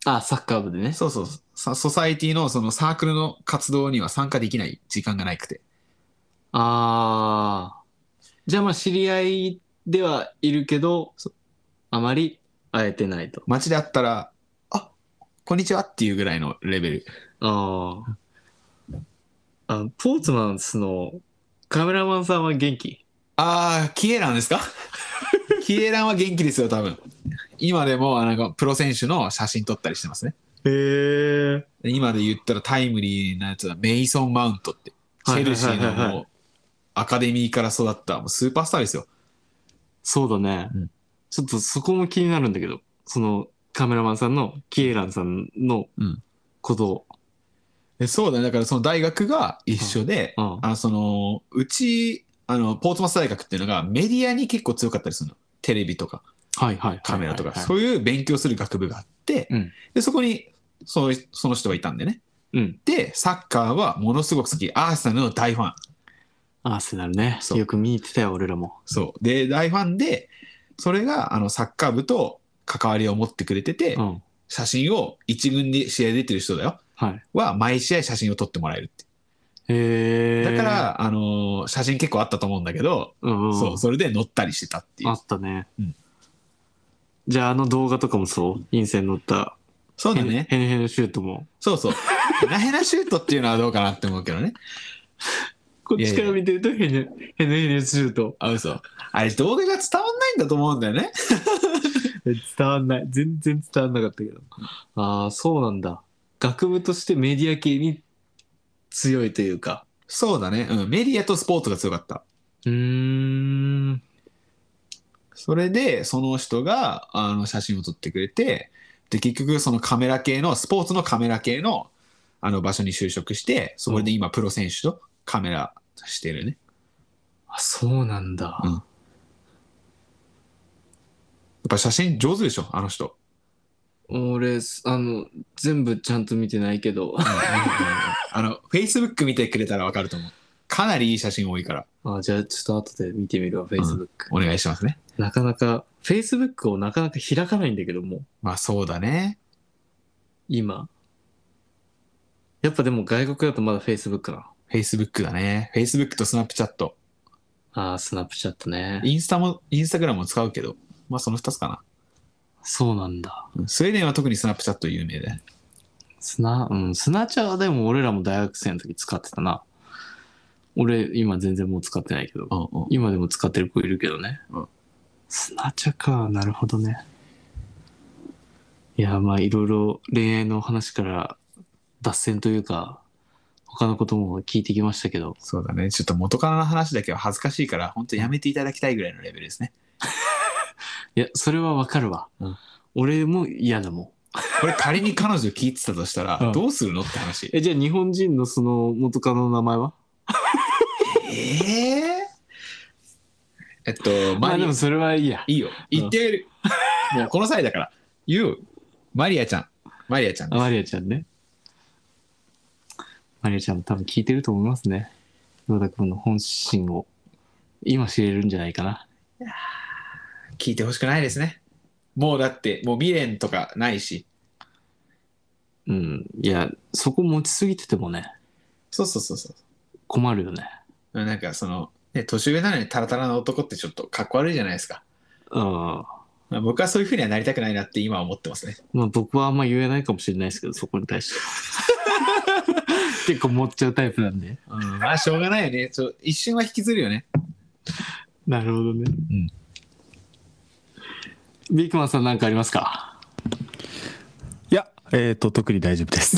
[SPEAKER 2] あサッカー部でね
[SPEAKER 4] らそうそうさソサエティのそのサークルの活動には参加できない時間がないくて
[SPEAKER 2] ああじゃあまあ知り合いではいるけどそあまり会えてないと
[SPEAKER 4] 街で会ったらあこんにちはっていうぐらいのレベル
[SPEAKER 2] あーあポーツマスのカメラマンさんは元気
[SPEAKER 4] ああ、キエランですか (laughs) キエランは元気ですよ、多分。今でも、あの、プロ選手の写真撮ったりしてますね。
[SPEAKER 2] へえ
[SPEAKER 4] で今で言ったらタイムリーなやつはメイソン・マウントって、チ
[SPEAKER 2] はい
[SPEAKER 4] ェ
[SPEAKER 2] はい
[SPEAKER 4] ル
[SPEAKER 2] はい
[SPEAKER 4] シ
[SPEAKER 2] はい
[SPEAKER 4] ーのもうアカデミーから育ったもうスーパースターですよ。
[SPEAKER 2] そうだね、
[SPEAKER 4] うん
[SPEAKER 2] ちょっとそこも気になるんだけどそのカメラマンさんのキエランさんの
[SPEAKER 4] うん
[SPEAKER 2] ことを
[SPEAKER 4] でそうだね。だからその大学が一緒で、
[SPEAKER 2] うんうん
[SPEAKER 4] あの、その、うち、あの、ポーツマス大学っていうのがメディアに結構強かったりするの。テレビとか。
[SPEAKER 2] はいはいはいはいはい
[SPEAKER 4] カメラとか、そういう勉強する学部があって、
[SPEAKER 2] うん
[SPEAKER 4] でそこにそのその人がいたんでね。
[SPEAKER 2] うん
[SPEAKER 4] で、サッカーはものすごく好き。アーセナルの大ファン。
[SPEAKER 2] アーセナルね
[SPEAKER 4] そう
[SPEAKER 2] よく見に行ってたよ俺らも
[SPEAKER 4] そう。で、大ファンで、それがあのサッカー部と関わりを持ってくれてて、
[SPEAKER 2] うん
[SPEAKER 4] 写真を一軍で試合出てる人だよ。
[SPEAKER 2] はい
[SPEAKER 4] は毎試合写真を撮ってもらえるって。
[SPEAKER 2] へえ
[SPEAKER 4] だから、あのー写真結構あったと思うんだけど、
[SPEAKER 2] うんうん
[SPEAKER 4] そう、それで乗ったりしてたってい
[SPEAKER 2] あ
[SPEAKER 4] う。
[SPEAKER 2] ったね、
[SPEAKER 4] うん
[SPEAKER 2] じゃああの動画とかもそう陰線乗った
[SPEAKER 4] そうだね。
[SPEAKER 2] ヘネヘネシュートも
[SPEAKER 4] そうそう。ヘナヘナシュートっていうのはどうかなって思うけどね。
[SPEAKER 2] こっちから見てるとヘネヘネヘネシュート
[SPEAKER 4] あ、嘘。あれ動画が伝わんないんだと思うんだよね。
[SPEAKER 2] え伝わんない全然伝わんなかったけどああそうなんだ学部としてメディア系に強いというか
[SPEAKER 4] そうだね。うん。メディアとスポーツが強かった。
[SPEAKER 2] うーん
[SPEAKER 4] それで、その人が、あの、写真を撮ってくれて、で、結局、そのカメラ系の、スポーツのカメラ系の、あの、場所に就職して、そこで今、プロ選手とカメラしてるね。
[SPEAKER 2] あそうなんだ、
[SPEAKER 4] うんやっぱ写真上手でしょ、あの人。
[SPEAKER 2] 俺あの全部ちゃんと見てないけど
[SPEAKER 4] あの、Facebook 見てくれたらわかると思う。かなりいい写真多いから、
[SPEAKER 2] あじゃあちょっと後で見てみるわ、Facebook。
[SPEAKER 4] お願いしますね。
[SPEAKER 2] なかなか、Facebook をなかなか開かないんだけども、
[SPEAKER 4] まあ、そうだね。
[SPEAKER 2] 今。やっぱでも外国だとまだ Facebook かな。
[SPEAKER 4] Facebook だね。Facebook と Snapchat。
[SPEAKER 2] ああ、Snapchat ね。
[SPEAKER 4] インスタも、インスタグラムも使うけど、まあ、その2つかな。
[SPEAKER 2] そうなんだ。
[SPEAKER 4] スウェーデンは特にスナップチャット有名で。
[SPEAKER 2] スナ、うん、スナチャはでも俺らも大学生の時使ってたな。俺、今全然もう使ってないけど。
[SPEAKER 4] んうん。
[SPEAKER 2] 今でも使ってる子いるけどね。
[SPEAKER 4] うん
[SPEAKER 2] スナチャか、なるほどね。いや、まあいろいろ恋愛の話から脱線というか、他のことも聞いてきましたけど、
[SPEAKER 4] そうだね。ちょっと元カノの話だけは恥ずかしいから、本当やめていただきたいぐらいのレベルですね。
[SPEAKER 2] いや、それはわかるわ。
[SPEAKER 4] うん
[SPEAKER 2] 俺も嫌だもん。
[SPEAKER 4] これ仮に彼女聞いてたとした
[SPEAKER 2] う
[SPEAKER 4] ら、
[SPEAKER 2] ん
[SPEAKER 4] どうするのって話。
[SPEAKER 2] え、じゃあ日本人のその元カノの名前は
[SPEAKER 4] えええっと、
[SPEAKER 2] ま
[SPEAKER 4] マ
[SPEAKER 2] あ
[SPEAKER 4] リ
[SPEAKER 2] で
[SPEAKER 4] ア
[SPEAKER 2] も、それはいいや。
[SPEAKER 4] いいよ。言ってや (laughs) る。もうこの際だから、言うよ。マリアちゃん。マリアちゃん
[SPEAKER 2] あ
[SPEAKER 4] です。
[SPEAKER 2] マリアちゃんね。マリアちゃんも多分聞いてると思いますね。野田君の本心を今知れるんじゃないかな。
[SPEAKER 4] 聞いてほしくないですね。もうだって、もう未練とかないし。
[SPEAKER 2] うん。いや、そこ持ちすぎててもね、
[SPEAKER 4] そうそうそうそう。
[SPEAKER 2] 困るよね。
[SPEAKER 4] なんかその、ね、年上なのにタラタラな男ってちょっとかっこ悪いじゃないですか。
[SPEAKER 2] うん。
[SPEAKER 4] まあ僕はそういうふうにはなりたくないなって今は思ってますね。
[SPEAKER 2] まあ僕はあんま言えないかもしれないですけど、そこに対 (laughs) して。結構持っちゃうタイプなんで。
[SPEAKER 4] うん、まあしょうがないよね。ちょ一瞬は引きずるよね。
[SPEAKER 2] なるほどね。
[SPEAKER 4] うん
[SPEAKER 2] ビッグマンさんなんかありますか
[SPEAKER 3] いや、えっ、と、特に大丈夫 (laughs) です。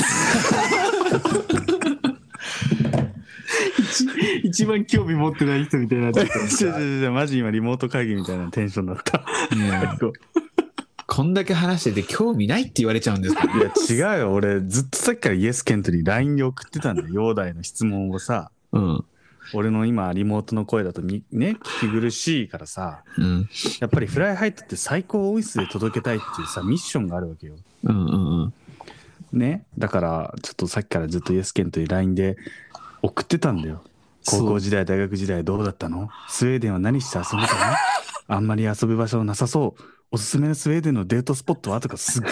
[SPEAKER 2] 一番興味持ってない人みたいになっちゃった。
[SPEAKER 3] ちょちょちょ、マジ今リモート会議みたいなテンションだった。 (laughs)
[SPEAKER 4] こんだけ話してて興味ないって言われちゃうんですからね。
[SPEAKER 3] いや、違うよ。俺、ずっとさっきからイエス・ケントに LINE で送ってたんだよ。容体の質問をさ、
[SPEAKER 4] (laughs) うん。
[SPEAKER 3] 俺の今、リモートの声だとみね、聞き苦しいからさ、
[SPEAKER 4] うん。
[SPEAKER 3] やっぱりフライハイトって最高音質で届けたいっていうさ、ミッションがあるわけよ。
[SPEAKER 4] うんうんうん。
[SPEAKER 3] ね。だから、ちょっとさっきからずっとイエス・ケントに LINE で送ってたんだよ。高校時代、大学時代どうだったのスウェーデンは何して遊ぶ (laughs) かなあんまり遊ぶ場所なさそう。おすすめのスウェーデンのデートスポットはとかすっげえ、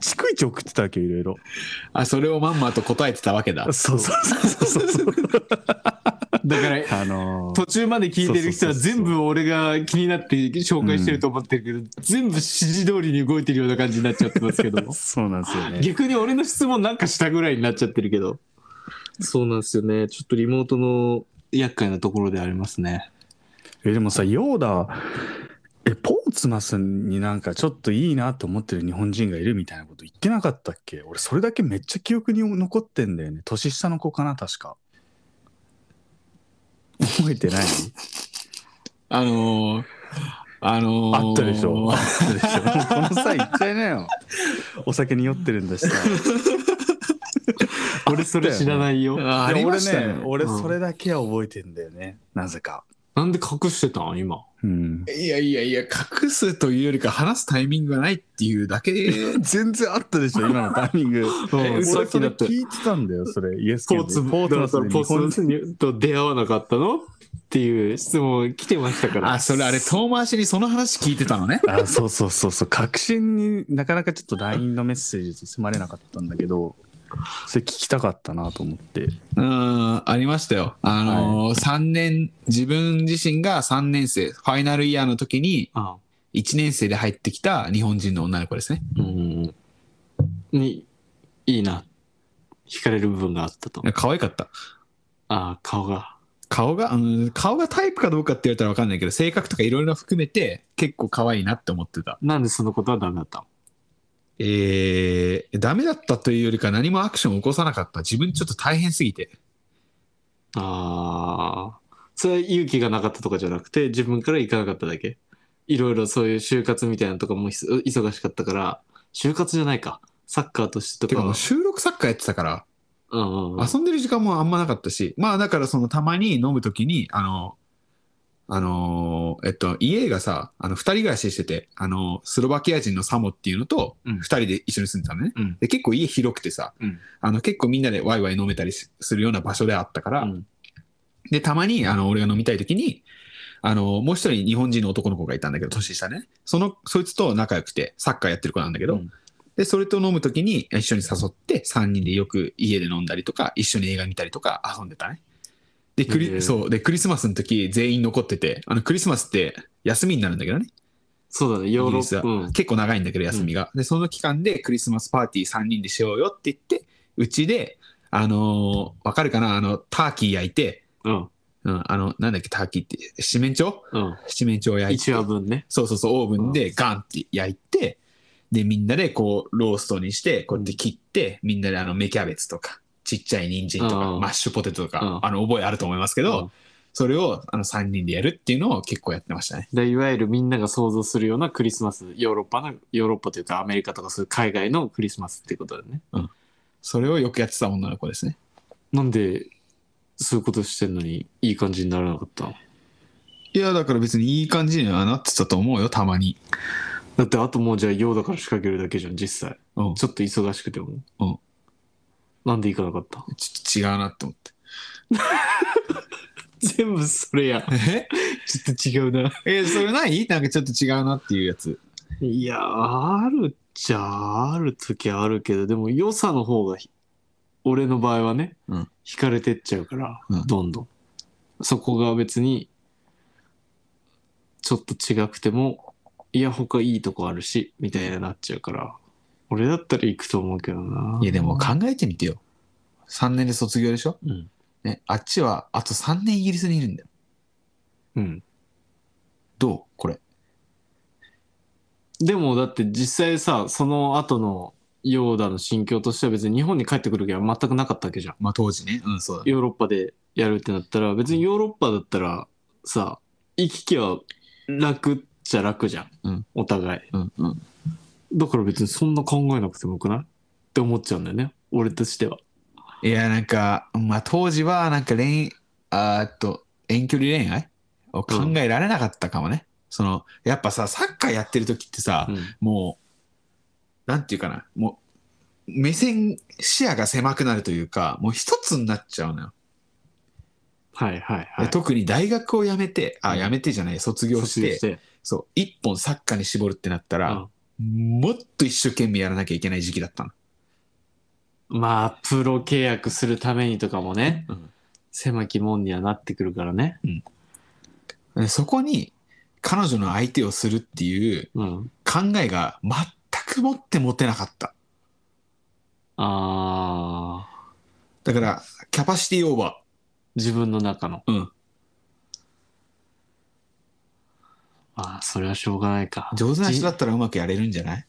[SPEAKER 3] 逐一送ってたわけよ、いろいろ。
[SPEAKER 4] あ、それをまんまと答えてたわけだ。
[SPEAKER 3] (laughs) そうそうそうそうそう。
[SPEAKER 2] (laughs) だから、
[SPEAKER 3] あのー
[SPEAKER 2] 途中まで聞いてる人は
[SPEAKER 3] そうそう
[SPEAKER 2] 全
[SPEAKER 3] そうそう
[SPEAKER 2] 部俺が気になって紹介してると思ってるけど、全部指示通りに動いてるような感じになっちゃってますけど (laughs)
[SPEAKER 3] (laughs) そうなんですよね。
[SPEAKER 2] 逆に俺の質問なんかしたぐらいになっちゃってるけどそうなんですよねちょっとリモートの厄介なところでありますね
[SPEAKER 3] えでもさ、ヨーダは、え、ポーツマスになんかちょっといいなと思ってる日本人がいるみたいなこと言ってなかったっけ俺、それだけめっちゃ記憶に残ってんだよね。年下の子かな、確か。覚えてない
[SPEAKER 4] あのー、あのー、
[SPEAKER 3] あったでしょ。あったでしょ。もうこの際言っちゃいなよ。お酒に酔ってるんだしさ。
[SPEAKER 2] 俺それ知らないよ
[SPEAKER 4] ああ
[SPEAKER 3] で
[SPEAKER 4] りま
[SPEAKER 3] 俺
[SPEAKER 4] した
[SPEAKER 3] ね
[SPEAKER 4] ね、。
[SPEAKER 3] 俺
[SPEAKER 2] うん
[SPEAKER 3] それだけは覚えてんだよね。なぜか。
[SPEAKER 2] なんで隠してたん今
[SPEAKER 3] うん。
[SPEAKER 4] いやいやいや、隠すというよりか話すタイミングがないっていうだけで。
[SPEAKER 3] 全然あったでしょ今のタイミング
[SPEAKER 2] え
[SPEAKER 3] 俺
[SPEAKER 2] さっ
[SPEAKER 3] そ
[SPEAKER 2] き
[SPEAKER 3] れ
[SPEAKER 2] だって
[SPEAKER 3] 聞いてたんだよそれイエス
[SPEAKER 2] スポ
[SPEAKER 3] ケン
[SPEAKER 2] ーツ
[SPEAKER 3] ポーツマ
[SPEAKER 2] だからポー
[SPEAKER 3] ス
[SPEAKER 2] ツにと出会わなかったのっていう質問来てましたから
[SPEAKER 4] (laughs) あ、それあれ、遠回しにその話聞いてたのね。
[SPEAKER 3] あそうそうそうそう確信になかなかちょっと LINE のメッセージで迫れなかったんだけどそれ聞きたかったなと思って
[SPEAKER 4] (laughs) うん、ありましたよ。あのー、三年、自分自身が3年生、ファイナルイヤーの時に、
[SPEAKER 2] あ
[SPEAKER 4] 1年生で入ってきた日本人の女の子ですね。
[SPEAKER 2] うんにいいな惹かれる部分があったと
[SPEAKER 4] 可愛かった。
[SPEAKER 2] ああ顔が
[SPEAKER 4] 顔が、うん、顔がタイプかどうかって言われたら分かんないけど、性格とかいろいろ含めて、結構可愛いなって思ってた。
[SPEAKER 2] なんでそのことはダメだったの
[SPEAKER 4] えー、ダメだったというよりか何もアクションを起こさなかった。自分ちょっと大変すぎて。
[SPEAKER 2] ああそれは勇気がなかったとかじゃなくて自分から行かなかっただけいろいろそういう就活みたいなのとかもひそ忙しかったから就活じゃないかサッカーとして
[SPEAKER 4] て
[SPEAKER 2] とか
[SPEAKER 4] かもう
[SPEAKER 2] は
[SPEAKER 4] 収録サッカーやってたから、
[SPEAKER 2] うんうんうん
[SPEAKER 4] 遊んでる時間もあんまなかったし、まあだからそのたまに飲むときに、あの、あのーえっと、家がさ、あの、二人暮らししてて、あの、スロバキア人のサモっていうのと、
[SPEAKER 2] うん
[SPEAKER 4] 二人で一緒に住んでたのね。
[SPEAKER 2] うん
[SPEAKER 4] で、結構家広くてさ、
[SPEAKER 2] うん
[SPEAKER 4] あの、結構みんなでワイワイ飲めたりしするような場所であったから、
[SPEAKER 2] うん
[SPEAKER 4] で、たまに、あの、俺が飲みたいときに、あの、もう一人日本人の男の子がいたんだけど、年下ね。その、そいつと仲良くて、サッカーやってる子なんだけ
[SPEAKER 2] う
[SPEAKER 4] ど、
[SPEAKER 2] ん
[SPEAKER 4] で、それと飲むときに一緒に誘って、3人でよく家で飲んだりとか、一緒に映画見たりとか遊んでたね。で、ク
[SPEAKER 2] へ
[SPEAKER 4] リ、
[SPEAKER 2] え
[SPEAKER 4] そう、で、クリスマスの時全員残ってて、あの、クリスマスって休みになるんだけどね。
[SPEAKER 2] そうだねヨーロ
[SPEAKER 4] イギリス
[SPEAKER 2] ッ
[SPEAKER 4] は
[SPEAKER 2] パうん
[SPEAKER 4] 結構長いんだけど休みが、でその期間でクリスマスパーティー3人でしようよって言ってうちであのーわかるかなあのターキー焼いて、
[SPEAKER 2] うん
[SPEAKER 4] うん、あのなんだっけターキーって七面鳥
[SPEAKER 2] うん
[SPEAKER 4] 七面鳥焼いて
[SPEAKER 2] 1話分ね
[SPEAKER 4] そうそうそうオーブンでガンって焼いてでみんなでこうローストにしてこうやって切って、みんなであの芽キャベツとかちっちゃい人参とか、
[SPEAKER 2] うん
[SPEAKER 4] マッシュポテトとか、
[SPEAKER 2] うん
[SPEAKER 4] あの覚えあると思いますけど、
[SPEAKER 2] うん
[SPEAKER 4] それをあの3人でやるっていうのを結構やってましたね。
[SPEAKER 2] でいわゆるみんなが想像するようなクリスマスヨーロッパのヨーロッパというかアメリカとかそういう海外のクリスマスってことだよね
[SPEAKER 4] それをよくやってた女の子ですね。
[SPEAKER 2] なんでそういうことしてんのにいい感じにならなかったの
[SPEAKER 4] いや、だから別にいい感じにはなってたと思うよ、たまに。
[SPEAKER 2] だってあともうじゃあヨーダから仕掛けるだけじゃん実際
[SPEAKER 4] うん、ち
[SPEAKER 2] ち
[SPEAKER 4] ょ
[SPEAKER 2] ょっと忙しくても
[SPEAKER 4] うん
[SPEAKER 2] なんで行かなかった
[SPEAKER 4] ちょっと違うなって思って。
[SPEAKER 2] 全部それや
[SPEAKER 4] え (laughs)
[SPEAKER 2] ちょっと違うな
[SPEAKER 4] えそれないなんかちょっと違うなっていうやつ。
[SPEAKER 2] いやあるっちゃある時あるけどでも良さの方がひ俺の場合はね、
[SPEAKER 4] うん
[SPEAKER 2] 惹かれてっちゃうから、
[SPEAKER 4] うん
[SPEAKER 2] どんどんそこが別にちょっと違くてもいや他いいとこあるしみたいになっちゃうから、俺だったら行くと思うけどない
[SPEAKER 4] や、でも考えてみてよ。3年で卒業でしょ
[SPEAKER 2] うん、
[SPEAKER 4] ね、あっちはあと3年イギリスにいるんだよ。
[SPEAKER 2] うん、
[SPEAKER 4] どうこれ。
[SPEAKER 2] でもだって実際さその後のヨーダの心境としては別に日本に帰ってくる気は全くなかったわけじゃん
[SPEAKER 4] まあ当時ね。うん、そうだね。
[SPEAKER 2] ヨーロッパでやるってなったら別にヨーロッパだったらさ行き来は楽っちゃ楽じゃん、
[SPEAKER 4] うん
[SPEAKER 2] お互い
[SPEAKER 4] うんうん。
[SPEAKER 2] だから別にそんな考えなくてもよくないって思っちゃうんだよね俺としてはい
[SPEAKER 4] や、なんか、まあ当時はなんか恋、あーっと、遠距離恋愛を考えられなかったかもね。その、やっぱさ、サッカーやってる時ってさ、もう、なんていうかな、もう、目線、視野が狭くなるというか、もう一つになっちゃうのよ。
[SPEAKER 2] はいはいはい
[SPEAKER 4] 特に大学を辞めて、あ、
[SPEAKER 2] うん
[SPEAKER 4] 辞めてじゃない、卒業し
[SPEAKER 2] 卒
[SPEAKER 4] て、
[SPEAKER 2] 業して
[SPEAKER 4] そう、一本サッカーに絞るってなったら、もっと一生懸命やらなきゃいけない時期だったの。
[SPEAKER 2] まあプロ契約するためにとかもね、
[SPEAKER 4] うん
[SPEAKER 2] 狭き門にはなってくるからね
[SPEAKER 4] でそこに、彼女の相手をするっていう
[SPEAKER 2] うん
[SPEAKER 4] 考えが全く持って持てなかった。
[SPEAKER 2] あー
[SPEAKER 4] だから、キャパシティオーバ
[SPEAKER 2] 自分の中の
[SPEAKER 4] ー。うん。
[SPEAKER 2] まあそれはしょうがないか
[SPEAKER 4] 上手な人だったらうまくやれるんじゃない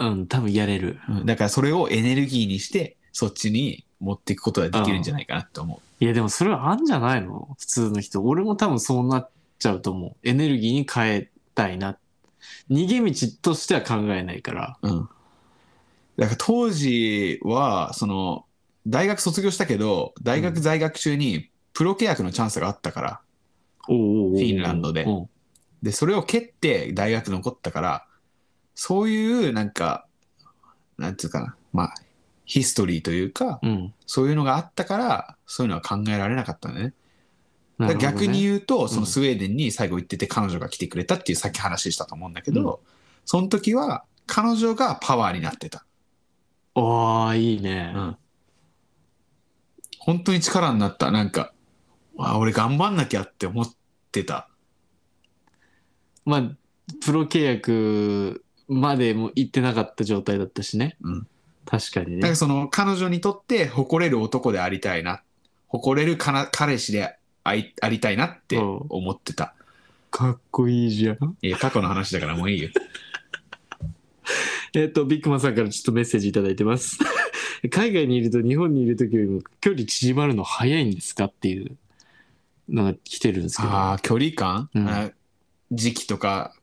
[SPEAKER 2] うん多分やれる
[SPEAKER 4] うんだからそれをエネルギーにして、そっちに持っていくことができるんじゃないかなって思う。
[SPEAKER 2] いやでもそれはあんじゃないの普通の人。俺も多分そうなっちゃうと思う。エネルギーに変えたいな。逃げ道としては考えないから。
[SPEAKER 4] うん。だから当時は、その、大学卒業したけど、大学在学中にプロ契約のチャンスがあったから、
[SPEAKER 2] おうおうおう
[SPEAKER 4] フィンランドで
[SPEAKER 2] うん
[SPEAKER 4] で、それを蹴って大学残ったから、そういうなんか、なんていうかな、まあ、ヒストリーというか、
[SPEAKER 2] うん。
[SPEAKER 4] そういうのがあったから、そういうのは考えられなかったんだよね。だ
[SPEAKER 2] な
[SPEAKER 4] か
[SPEAKER 2] る
[SPEAKER 4] ら
[SPEAKER 2] ほどね
[SPEAKER 4] 逆に言うと、そうの
[SPEAKER 2] ん
[SPEAKER 4] スウェーデンに最後行ってて彼女が来てくれたっていうさっき話したと思うんだけど、その時は彼女がパワーになってた。
[SPEAKER 2] ああ、いいね。
[SPEAKER 4] うん本当に力になった。なんか、あ俺頑張んなきゃって思ってた。
[SPEAKER 2] まあ、プロ契約までも行ってなかった状態だったしね。
[SPEAKER 4] うん
[SPEAKER 2] 確かに
[SPEAKER 4] なん
[SPEAKER 2] ね
[SPEAKER 4] か。その彼女にとって誇れる男でありたいな。誇れるかな彼氏であいありたいなって
[SPEAKER 2] うん
[SPEAKER 4] 思ってた。
[SPEAKER 2] かっこいいじゃん。
[SPEAKER 4] いや、過去の話だからもう
[SPEAKER 2] (laughs)
[SPEAKER 4] いいよ。
[SPEAKER 2] えっと、ビッグマンさんからちょっとメッセージいただいてます。 (laughs) 海外にいると日本にいる時よりも距離縮まるの早いんですかっていうのが来てるんですけど。
[SPEAKER 4] ああ、距離感、
[SPEAKER 2] うん
[SPEAKER 4] あ時期とか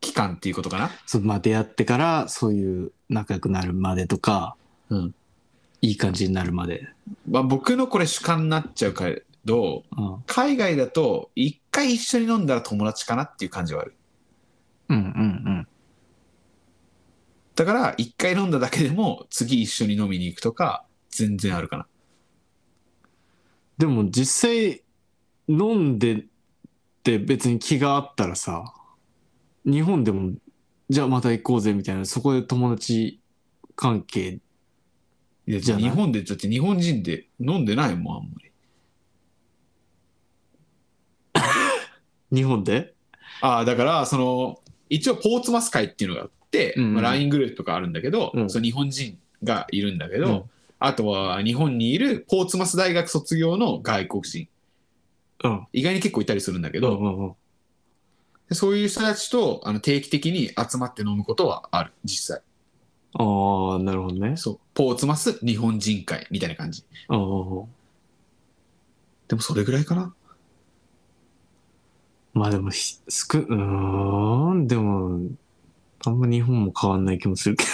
[SPEAKER 4] 期間っていうことかな。
[SPEAKER 2] そうまあ、出会ってからそういう仲良くなるまでとか、
[SPEAKER 4] うん
[SPEAKER 2] いい感じになるまで、
[SPEAKER 4] まあ、僕のこれ主観になっちゃうけど、
[SPEAKER 2] うん、
[SPEAKER 4] 海外だと一回一緒に飲んだら友達かなっていう感じはある。
[SPEAKER 2] うんうん
[SPEAKER 4] だから一回飲んだだけでも次一緒に飲みに行くとか全然あるかな。
[SPEAKER 2] でも実際飲んでって別に気があったらさ日本でもじゃあまた行こうぜみたいなそこで友達関係
[SPEAKER 4] いや
[SPEAKER 2] じゃあな
[SPEAKER 4] 日本でだって日本人で飲んでないもんあんまり。
[SPEAKER 2] 日本で
[SPEAKER 4] ああだからその一応ポーツマス会っていうのがあって、
[SPEAKER 2] うんうん
[SPEAKER 4] まあ、LINE グループとかあるんだけど、
[SPEAKER 2] うん
[SPEAKER 4] その日本人がいるんだけど、
[SPEAKER 2] うん
[SPEAKER 4] あとは日本にいるポーツマス大学卒業の外国人
[SPEAKER 2] うん
[SPEAKER 4] 意外に結構いたりするんだけ
[SPEAKER 2] う
[SPEAKER 4] ど、
[SPEAKER 2] んうんうん
[SPEAKER 4] でそういう人たちとあの定期的に集まって飲むことはある実際
[SPEAKER 2] ああ、なるほどね。
[SPEAKER 4] そう、ポーツマス日本人会みたいな感じ。
[SPEAKER 2] おお
[SPEAKER 4] でもそれぐらいかな。
[SPEAKER 2] ー。まあでもひ、少、うーん、でも、あんま日本も変わんない気もするけ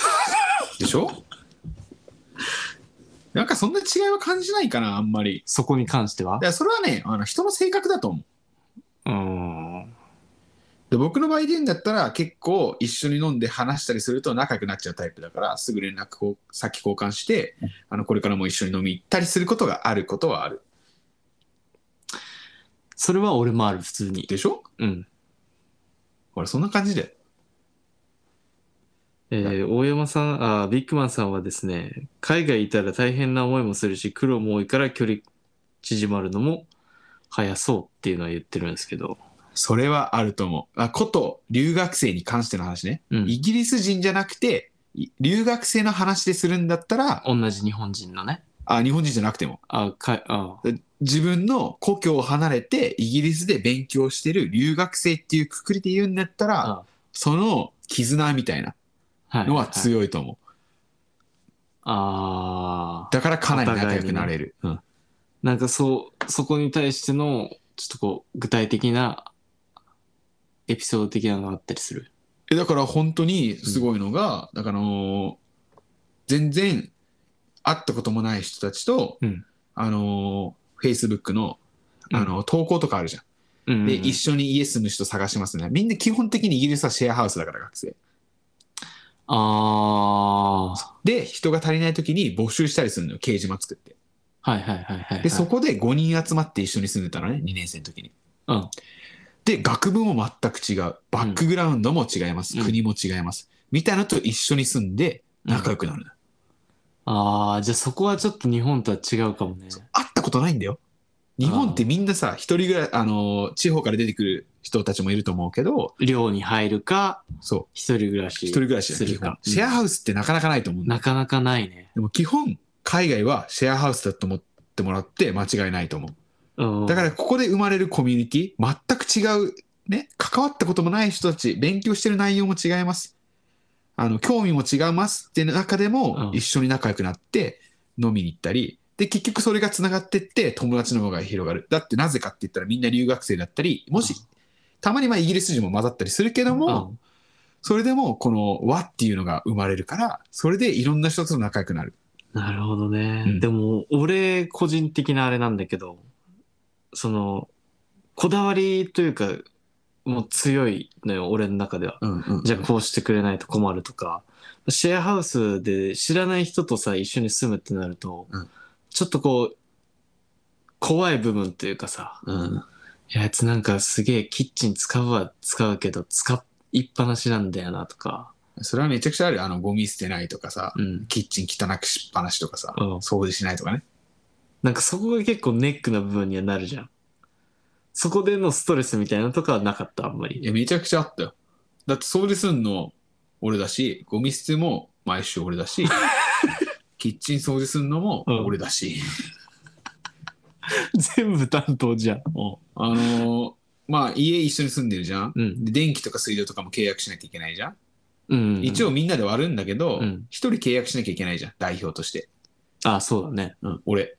[SPEAKER 4] でしょなんかそんな違いは感じないかな、あんまり。
[SPEAKER 2] (laughs) そこに関しては
[SPEAKER 4] だか。らそれはね、あの人の性格だと思
[SPEAKER 2] う
[SPEAKER 4] う。
[SPEAKER 2] ーん。
[SPEAKER 4] で僕の場合で言うんだったら結構一緒に飲んで話したりすると仲良くなっちゃうタイプだからすぐ連絡を先交換してあのこれからも一緒に飲み行ったりすることがあることはある
[SPEAKER 2] それは俺もある、普通に。
[SPEAKER 4] でしょ
[SPEAKER 2] うん。
[SPEAKER 4] ほらそんな感じで
[SPEAKER 2] えー大山さんあー、ビッグマンさんはですね、海外いたら大変な思いもするし、苦労も多いから距離縮まるのも早そうっていうのは言ってるんですけど。
[SPEAKER 4] それはあると思うあこと留学生に関しての話ね、
[SPEAKER 2] うん
[SPEAKER 4] イギリス人じゃなくてい留学生の話でするんだったら
[SPEAKER 2] 同じ日本人のね。
[SPEAKER 4] あ日本人じゃなくても
[SPEAKER 2] あ、かあ
[SPEAKER 4] 自分の故郷を離れてイギリスで勉強してる留学生っていうくくりで言うんだったら
[SPEAKER 2] あ
[SPEAKER 4] その絆みたいな
[SPEAKER 2] はい。。
[SPEAKER 4] のはい強いと思う、
[SPEAKER 2] ああ。
[SPEAKER 4] だからかなり仲良くなれる。うん
[SPEAKER 2] なんかそう、そこに対しての、ちょっとこう、具体的な、エピソード的なのがあったりする。
[SPEAKER 4] えだから本当にすごいのが、だからあのー全然会ったこともない人たちと、
[SPEAKER 2] うん
[SPEAKER 4] あのー Facebook のあのー投稿とかあるじゃ
[SPEAKER 2] う
[SPEAKER 4] ん。
[SPEAKER 2] ん
[SPEAKER 4] で、一緒に家住む人探しますね。みんな基本的にイギリスはシェアハウスだから学生。
[SPEAKER 2] ああ。
[SPEAKER 4] で、人が足りない時に募集したりするのよ、掲示板作って。
[SPEAKER 2] はいはいはいはい、はい。
[SPEAKER 4] で、そこで5人集まって一緒に住んでたのね、2年生の時に。
[SPEAKER 2] うん。
[SPEAKER 4] で、学部も全く違う。バックグラウンドも違います。
[SPEAKER 2] うん
[SPEAKER 4] 国も違います。みたいなのと一緒に住んで仲良くなるのよ
[SPEAKER 2] ああ、じゃあそこはちょっと日本とは違うかもね。
[SPEAKER 4] 会ったことないんだよ。日本ってみんなさ、一人ぐらい、あのー、地方から出てくる人たちもいると思うけど、
[SPEAKER 2] 寮に入るか、
[SPEAKER 4] そう、
[SPEAKER 2] 一人暮らし
[SPEAKER 4] 一人暮らし
[SPEAKER 2] す
[SPEAKER 4] だよ
[SPEAKER 2] る
[SPEAKER 4] 基本
[SPEAKER 2] か。
[SPEAKER 4] シェアハ
[SPEAKER 2] ウ
[SPEAKER 4] ウスってなかなかないと思うんだ。
[SPEAKER 2] なかなかないね。
[SPEAKER 4] でも基本、海外はシェアハウスだと思ってもらって間違いないと思う。
[SPEAKER 2] うん。
[SPEAKER 4] だからここで生まれるコミュニティ、全く違う、ね、関わったこともない人たち、勉強してる内容も違います。あの、興味も違いますって中でも
[SPEAKER 2] うん
[SPEAKER 4] 一緒に仲良くなって飲みに行ったり、で、結局それが繋がってって友達の方が広がる。だってなぜかって言ったらみんな留学生だったり、もし、たまにまあイギリス人も混ざったりするけども、
[SPEAKER 2] うん
[SPEAKER 4] それでもこの和っていうのが生まれるから、それでいろんな人と仲良くなる。
[SPEAKER 2] なるほどね。
[SPEAKER 4] うん
[SPEAKER 2] でも、俺、個人的なあれなんだけど、その、こだわりというか、もう強いのよ、俺の中では。
[SPEAKER 4] うんうん
[SPEAKER 2] じゃあこうしてくれないと困るとか、シェアハウスで知らない人とさ、一緒に住むってなると、
[SPEAKER 4] うん
[SPEAKER 2] ちょっとこう、怖い部分というかさ、
[SPEAKER 4] うん
[SPEAKER 2] いやあいつなんかすげえキッチン使うは使うけど、使いっぱなしなんだよなとか、
[SPEAKER 4] それはめちゃくちゃあるよ。あの、ゴミ捨てないとかさ、
[SPEAKER 2] うん。
[SPEAKER 4] キッチン汚くしっぱなしとかさ、
[SPEAKER 2] うん
[SPEAKER 4] 掃除しないとかね。
[SPEAKER 2] なんかそこが結構ネックな部分にはなるじゃん。そこでのストレスみたいなのとかはなかった、あんま
[SPEAKER 4] い
[SPEAKER 2] り。
[SPEAKER 4] や、めちゃくちゃあったよ。だって掃除すんの俺だし、ゴミ捨ても毎週俺だ
[SPEAKER 2] (laughs)
[SPEAKER 4] し、キッチン掃除すんのも俺だし、
[SPEAKER 2] 全部担当じゃん。
[SPEAKER 4] あのーまあ家一緒に住んでるじゃん。
[SPEAKER 2] うん。
[SPEAKER 4] で電気とか水道とかも契約しなきゃいけないじゃん。
[SPEAKER 2] うん。
[SPEAKER 4] 一応。みんなで割るんだけど
[SPEAKER 2] うん、
[SPEAKER 4] 一、人契約しなきゃいけないじゃん、代表として。
[SPEAKER 2] ああ、そうだね。
[SPEAKER 4] うん、俺。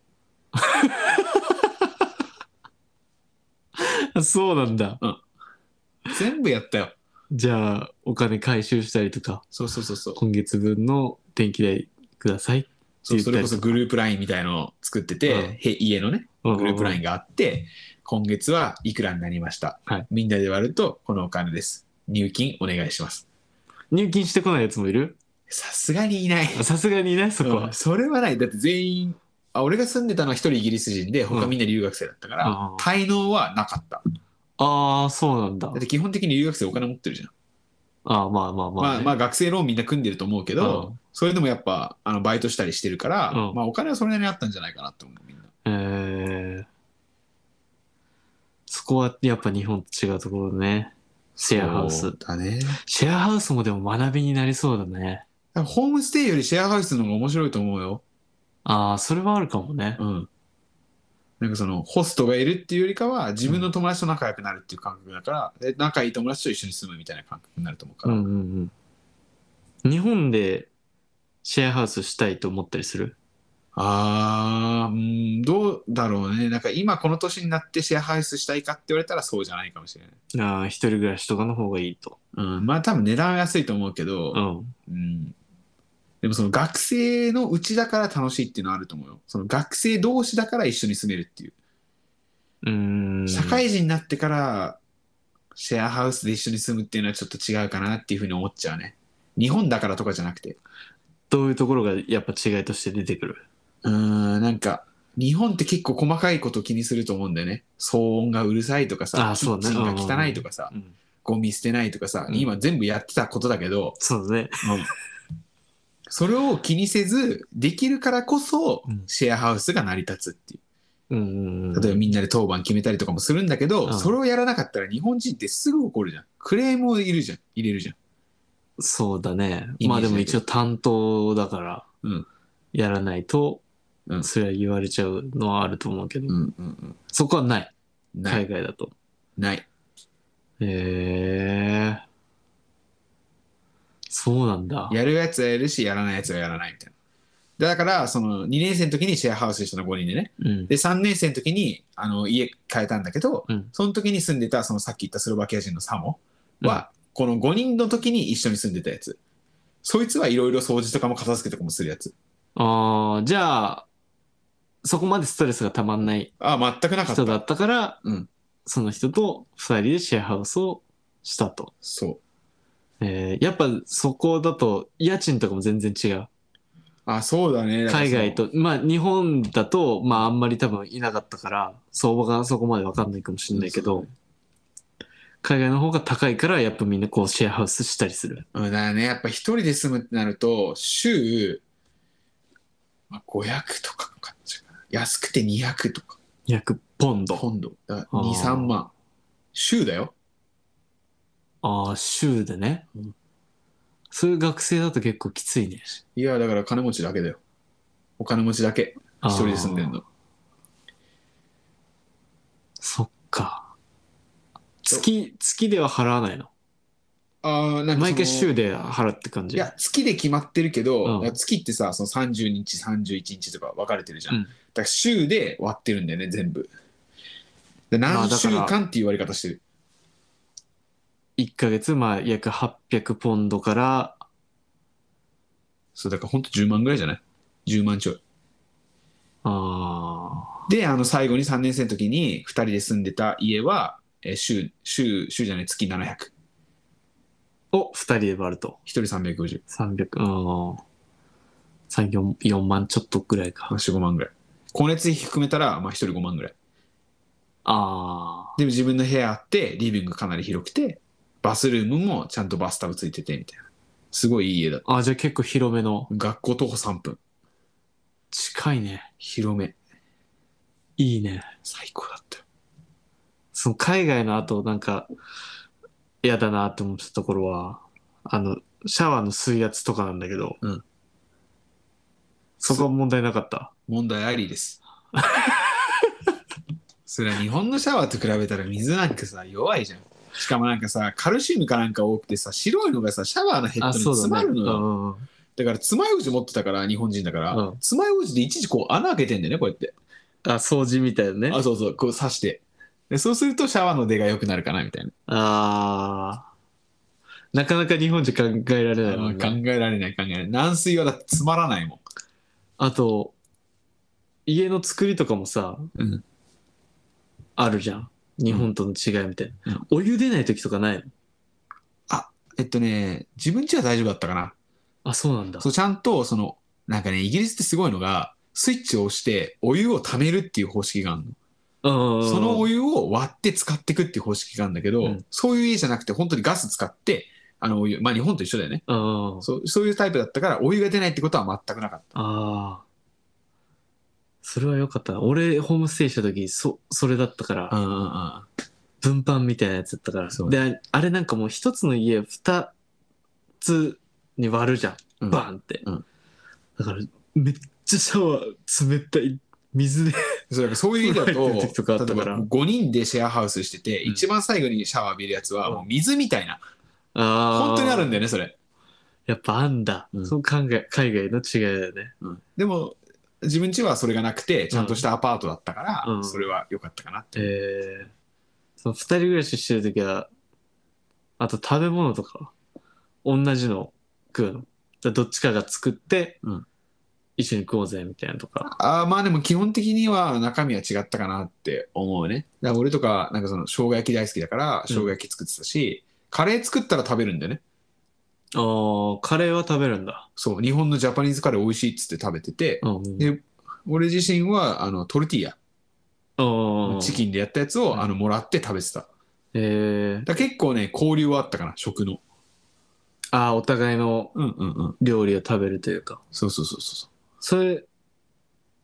[SPEAKER 2] (laughs) そうなんだ。
[SPEAKER 4] 全部やったよ。
[SPEAKER 2] じゃあ、お金回収したりとか。
[SPEAKER 4] そうそうそうそう。
[SPEAKER 2] 今月分の電気代ください。
[SPEAKER 4] そうそれこそグループラインみたいのを作ってて、
[SPEAKER 2] うん
[SPEAKER 4] へ家のね、
[SPEAKER 2] グ
[SPEAKER 4] グループライ
[SPEAKER 2] ン。
[SPEAKER 4] ンがあって、今月はいくらになりました。
[SPEAKER 2] はい
[SPEAKER 4] みんなで割ると、このお金です。入金お願いします。
[SPEAKER 2] 入金してこないやつもいる
[SPEAKER 4] さすがにいない。
[SPEAKER 2] さすがにいないそこ
[SPEAKER 4] う
[SPEAKER 2] は
[SPEAKER 4] ん。それはない。だって全員、あ俺が住んでたのは一人イギリス人で、他みんな留学生だったから、
[SPEAKER 2] うん
[SPEAKER 4] 滞納はなかった。
[SPEAKER 2] ああ、そうなんだ
[SPEAKER 4] だっ。て基本的に留学生お金持ってるじゃん。
[SPEAKER 2] ああ、まあまあま
[SPEAKER 4] ま
[SPEAKER 2] あ
[SPEAKER 4] あ
[SPEAKER 2] ね。
[SPEAKER 4] まあ学生ローンみんな組んでると思うけど、
[SPEAKER 2] うん
[SPEAKER 4] それでもやっぱあのバイトしたりしてるから、
[SPEAKER 2] うん
[SPEAKER 4] まあお金はそれなりにあったんじゃないかなって思うみんな。
[SPEAKER 2] えーそこはやっぱ日本と違うところね。シェアハウ
[SPEAKER 4] そ
[SPEAKER 2] ス
[SPEAKER 4] う。だね。
[SPEAKER 2] シェアハウスもでも学びになりそうだね。
[SPEAKER 4] ホームステイよりシェアハウスの方が面白いと思うよ。
[SPEAKER 2] ああ、それはあるかもね。
[SPEAKER 4] うん。なんかその、ホストがいるっていうよりかは、自分の友達と仲良くなるっていう感覚だから、で仲いい友達と一緒に住むみたいな感覚になると思うか
[SPEAKER 2] う
[SPEAKER 4] ら。
[SPEAKER 2] んうんうん。日本でシェアハウスしたいと思ったりする
[SPEAKER 4] あーうんどうだろうねなんか今この年になってシェアハウスしたいかって言われたらそうじゃないかもしれない、
[SPEAKER 2] ああ、一人暮らしとかの方がいいと。
[SPEAKER 4] うん、まあ多分値段は安いと思うけど、
[SPEAKER 2] うん。
[SPEAKER 4] うんでもその学生のうちだから楽しいっていうのはあると思うよ。その学生同士だから一緒に住めるっていう。
[SPEAKER 2] うーん。
[SPEAKER 4] 社会人になってからシェアハウスで一緒に住むっていうのはちょっと違うかなっていうふうに思っちゃうね。日本だからとかじゃなくて。
[SPEAKER 2] どういうところがやっぱ違いとして出てくる
[SPEAKER 4] うーん、なんか日本って結構細かいこと気にすると思うんだよね。騒音がうるさいとかさ、
[SPEAKER 2] あそうね
[SPEAKER 4] キッチンが汚いとかさ、
[SPEAKER 2] うん。
[SPEAKER 4] ゴミ捨てないとかさ、
[SPEAKER 2] うん
[SPEAKER 4] 今全部やってたことだ
[SPEAKER 2] (laughs)
[SPEAKER 4] けど、
[SPEAKER 2] そうね。
[SPEAKER 4] それを気にせずできるからこそ
[SPEAKER 2] うん
[SPEAKER 4] シェアハウスが成り立つっていう
[SPEAKER 2] うん。
[SPEAKER 4] 例えばみんなで当番決めたりとかもするんだけど、
[SPEAKER 2] うん
[SPEAKER 4] それをやらなかったら日本人ってすぐ怒るじゃんクレームを入れるじゃん入れるじゃん
[SPEAKER 2] そうだね。
[SPEAKER 4] イメージ
[SPEAKER 2] まあでも一応担当だから、
[SPEAKER 4] うん
[SPEAKER 2] やらないと、
[SPEAKER 4] うん
[SPEAKER 2] それは言われちゃうのはあると思うけど、
[SPEAKER 4] うんうん
[SPEAKER 2] そこはない。
[SPEAKER 4] うんない、
[SPEAKER 2] 海外だと。
[SPEAKER 4] ない
[SPEAKER 2] へえ。そうなんだ。
[SPEAKER 4] やるやつはやるしやらないやつはやらないみたいなだからその2年生の時にシェアハウスしたの5人でね
[SPEAKER 2] うん。
[SPEAKER 4] で3年生の時にあの家変えたんだけど
[SPEAKER 2] うん。
[SPEAKER 4] その時に住んでたそのさっき言ったスロバキア人のサモは、この5人の時に一緒に住んでたやつそいつはいろいろ掃除とかも片付けとかもするやつ
[SPEAKER 2] ああ、じゃあ、そこまでストレスがたまんない
[SPEAKER 4] あ全くなかった
[SPEAKER 2] 人だったから、
[SPEAKER 4] うん
[SPEAKER 2] その人と二人でシェアハウスをしたと。
[SPEAKER 4] そう
[SPEAKER 2] えーやっぱそこだと家賃とかも全然違う。
[SPEAKER 4] あそうだねだから
[SPEAKER 2] 海
[SPEAKER 4] その
[SPEAKER 2] 外と、まあ日本だと、まああんまり多分いなかったから、相場がそこまでわかんないかもしれないけ
[SPEAKER 4] う
[SPEAKER 2] ど
[SPEAKER 4] ん、
[SPEAKER 2] 海外の方が高いからやっぱみんなこうシェアハウスしたりする。
[SPEAKER 4] うんだからねやっぱ一人で住むってなると週まあ500とかかかっちゃうかな安くて200とか
[SPEAKER 2] 約ポンド。
[SPEAKER 4] ポンドだ
[SPEAKER 2] あー
[SPEAKER 4] 23万週だよ
[SPEAKER 2] ああ、週でね
[SPEAKER 4] うん。
[SPEAKER 2] そういう学生だと結構きついね。
[SPEAKER 4] いやだから金持ちだけだよお金持ちだけ
[SPEAKER 2] あー
[SPEAKER 4] 一人で住んでんの
[SPEAKER 2] そっか。月、月では払わないの。
[SPEAKER 4] ああなんかその
[SPEAKER 2] 毎回週で払って感じ。
[SPEAKER 4] いや月で決まってるけど、
[SPEAKER 2] うん
[SPEAKER 4] 月ってさその30日31日とか分かれてるじゃん、
[SPEAKER 2] うん
[SPEAKER 4] だから週で割ってるんだよね全部で
[SPEAKER 2] まあ
[SPEAKER 4] 何
[SPEAKER 2] だ
[SPEAKER 4] 週
[SPEAKER 2] から
[SPEAKER 4] 間っていう割り方してる、
[SPEAKER 2] 1ヶ月、まあ約800ポンドから、
[SPEAKER 4] そうだからほんと10万ぐらいじゃない10万ちょい
[SPEAKER 2] あ
[SPEAKER 4] であの最後に3年生の時に2人で住んでた家は、えー週週週じゃない月700 1
[SPEAKER 2] あ、を2人で割ると。
[SPEAKER 4] 人350
[SPEAKER 2] 300、うん。3、4、4万ちょっとぐらいか。
[SPEAKER 4] 45万ぐらい光熱費含めたら、まあ、1人5万ぐらい
[SPEAKER 2] あ
[SPEAKER 4] で自分の部屋あってリビングかなり広くてバスルームもちゃんとバスタブついててみたいなすごいいい家だ
[SPEAKER 2] あ。あ、じゃあ結構広めの。
[SPEAKER 4] 学校徒歩3分
[SPEAKER 2] 近いね。
[SPEAKER 4] 広め
[SPEAKER 2] いいね。
[SPEAKER 4] 最高だったよ
[SPEAKER 2] その海外の後、なんか、嫌だなって思ってたところは、あの、シャワーの水圧とかなんだけど、
[SPEAKER 4] うん
[SPEAKER 2] そこは問題なかった。
[SPEAKER 4] 問題ありです
[SPEAKER 2] (laughs)
[SPEAKER 4] それは日本のシャワーと比べたら水なんかさ弱いじゃんしかもなんかさカルシウムかなんか多くてさ白いのがさシャワーのヘッド
[SPEAKER 2] あ、
[SPEAKER 4] に
[SPEAKER 2] そうだね。
[SPEAKER 4] 詰まるの
[SPEAKER 2] う
[SPEAKER 4] よだ,、
[SPEAKER 2] んうんうん
[SPEAKER 4] から爪楊枝持ってたから日本人だから、
[SPEAKER 2] うん
[SPEAKER 4] 爪楊枝で一時こう穴開けてんだよねこうやって
[SPEAKER 2] あ、掃除みたいなね。
[SPEAKER 4] あそうそうこう刺してでそうするとシャワーの出が良くなるかなみたいな
[SPEAKER 2] ああ。なかなか日本じゃ考えられないもんね
[SPEAKER 4] 考えられない考えられない軟水はだってつまらないもん
[SPEAKER 2] あと、家の作りとかもさ、
[SPEAKER 4] うん
[SPEAKER 2] あるじゃん。日本との違いみたいな。お湯出ない時とかないの
[SPEAKER 4] えっとね自分家は大丈夫だったかな
[SPEAKER 2] あ、そうなんだ。
[SPEAKER 4] そう、ちゃんと、その、なんかね、イギリスってすごいのが、スイッチを押して、お湯を溜めるっていう方式がある
[SPEAKER 2] うんうんう
[SPEAKER 4] の。
[SPEAKER 2] ん
[SPEAKER 4] そのお湯を割って使っていくっていう方式があるんだけど、
[SPEAKER 2] うん
[SPEAKER 4] そういう家じゃなくて、本当にガス使って、あの、お湯、まあ日本と一緒だよね。
[SPEAKER 2] うんうんうん
[SPEAKER 4] そうそういうタイプだったから、お湯が出ないってことは全くなかっ
[SPEAKER 2] ああ。それは良かったな。俺、ホームステイした時、そ、それだったか
[SPEAKER 4] た。
[SPEAKER 2] ら、
[SPEAKER 4] んうんうん。
[SPEAKER 2] 分搬みたいなやつだったから。
[SPEAKER 4] そう
[SPEAKER 2] で、あれなんかもう一つの家二つに割るじゃん。
[SPEAKER 4] うん
[SPEAKER 2] バーンって。
[SPEAKER 4] うん
[SPEAKER 2] だから、めっちゃシャワー、冷たい水で
[SPEAKER 4] そうだからそういう
[SPEAKER 2] (laughs)
[SPEAKER 4] 意味だ
[SPEAKER 2] 入ってる時と
[SPEAKER 4] と
[SPEAKER 2] かあった
[SPEAKER 4] 例え
[SPEAKER 2] から
[SPEAKER 4] ば5人でシェアハウスしてて、
[SPEAKER 2] うん
[SPEAKER 4] 一番最後にシャワー浴びるやつはもう水みたいな、
[SPEAKER 2] あー
[SPEAKER 4] 本当にあるんだよねそれ
[SPEAKER 2] やっぱあんだ。
[SPEAKER 4] うん
[SPEAKER 2] その考え海外の違いだよね。うん
[SPEAKER 4] でも自分家はそれがなくてちゃんとしたアパートだったから、
[SPEAKER 2] うん
[SPEAKER 4] それは良かったかなって、
[SPEAKER 2] えー、その二人暮らししてるときは、あと食べ物とか、同じの食うの。だからどっちかが作って、
[SPEAKER 4] うん
[SPEAKER 2] 一緒に食おうぜみたいなとか。
[SPEAKER 4] あーまあでも基本的には中身は違ったかなって思うねだから俺とかなんかその生姜焼き大好きだから生姜焼き作ってたし、カレー作ったら食べるんだよね
[SPEAKER 2] ああ、カレーは食べるんだ。
[SPEAKER 4] そう日本のジャパニーズカレー美味しいっつって食べてて、
[SPEAKER 2] うん。
[SPEAKER 4] で俺自身はあのトルティーヤ
[SPEAKER 2] うん
[SPEAKER 4] チキンでやったやつを、
[SPEAKER 2] うん
[SPEAKER 4] あのもらって食べてただか
[SPEAKER 2] えー、
[SPEAKER 4] ら結構ね交流はあったかな食の
[SPEAKER 2] ああ、お互いの
[SPEAKER 4] うんうんうん
[SPEAKER 2] 料理を食べるというか。
[SPEAKER 4] そうそうそうそうそう
[SPEAKER 2] それ、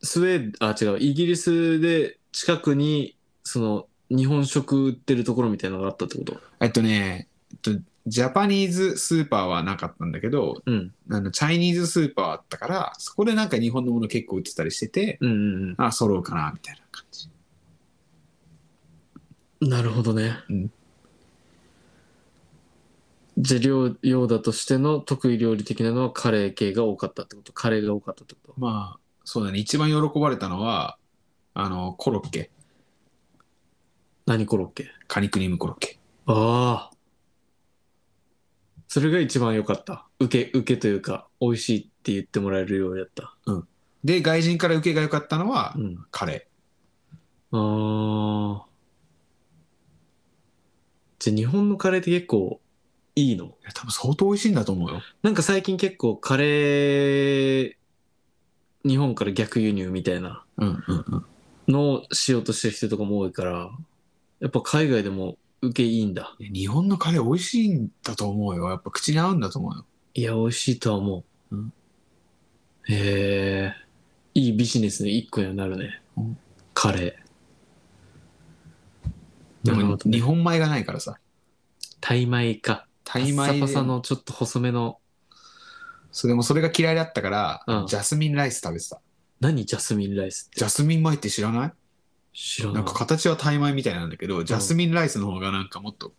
[SPEAKER 2] スウェーデン、あ、違う、イギリスで近くに、その、日本食売ってるところみたいなのがあったってこと
[SPEAKER 4] えっとね、えっと、ジャパニーズスーパーはなかったんだけど、
[SPEAKER 2] うん。
[SPEAKER 4] あのチャイニーズスーパーあったから、そこでなんか日本のもの結構売ってたりしてて、
[SPEAKER 2] うんうん
[SPEAKER 4] あ、揃うかな、みたいな感じ。
[SPEAKER 2] うん。なるほどね。
[SPEAKER 4] うん
[SPEAKER 2] じゃあ、料、用だとしての得意料理的なのはカレー系が多かったってことカレーが多かったってこと
[SPEAKER 4] まあ、そうだね、一番喜ばれたのは、あの、コロッケ、
[SPEAKER 2] 何コロッケ
[SPEAKER 4] カニクリームコロッケ。
[SPEAKER 2] ああ。それが一番良かった。受け、受けというか、美味しいって言ってもらえるようやった。
[SPEAKER 4] で、外人から受けが良かったのは
[SPEAKER 2] う、ん。
[SPEAKER 4] カレ
[SPEAKER 2] ああ。じゃあ日本のカレーって結構いいの
[SPEAKER 4] ー。いや多分相当美味しいんだと思うよ。
[SPEAKER 2] なんか最近結構カレー、日本から逆輸入みたいな
[SPEAKER 4] うんうんうん。
[SPEAKER 2] のをしようとしてる人とかも多いから、やっぱ海外でも受けいいんだ。
[SPEAKER 4] いや日本のカレー美味しいんだと思うよ。やっぱ口に合うんだと思うよ。
[SPEAKER 2] いや、美味しいとは思う。
[SPEAKER 4] うん
[SPEAKER 2] へえ、いいビジネスの一個にはなるね。
[SPEAKER 4] うん
[SPEAKER 2] カレー。
[SPEAKER 4] で
[SPEAKER 2] なるほ
[SPEAKER 4] も、
[SPEAKER 2] どね
[SPEAKER 4] 日本米がないからさ。
[SPEAKER 2] タイ米か。
[SPEAKER 4] タイ米
[SPEAKER 2] パッサパ
[SPEAKER 4] で
[SPEAKER 2] サのちょっと細めの
[SPEAKER 4] そうでもそれが嫌いだったから、
[SPEAKER 2] うん
[SPEAKER 4] ジャスミンライス食べてた。
[SPEAKER 2] 何ジャスミンライスって
[SPEAKER 4] ジャスミン米って知らない
[SPEAKER 2] 知らな
[SPEAKER 4] ないんか形はタイ米みたいなんだけど、ジャスミンライスの方がなんかもっと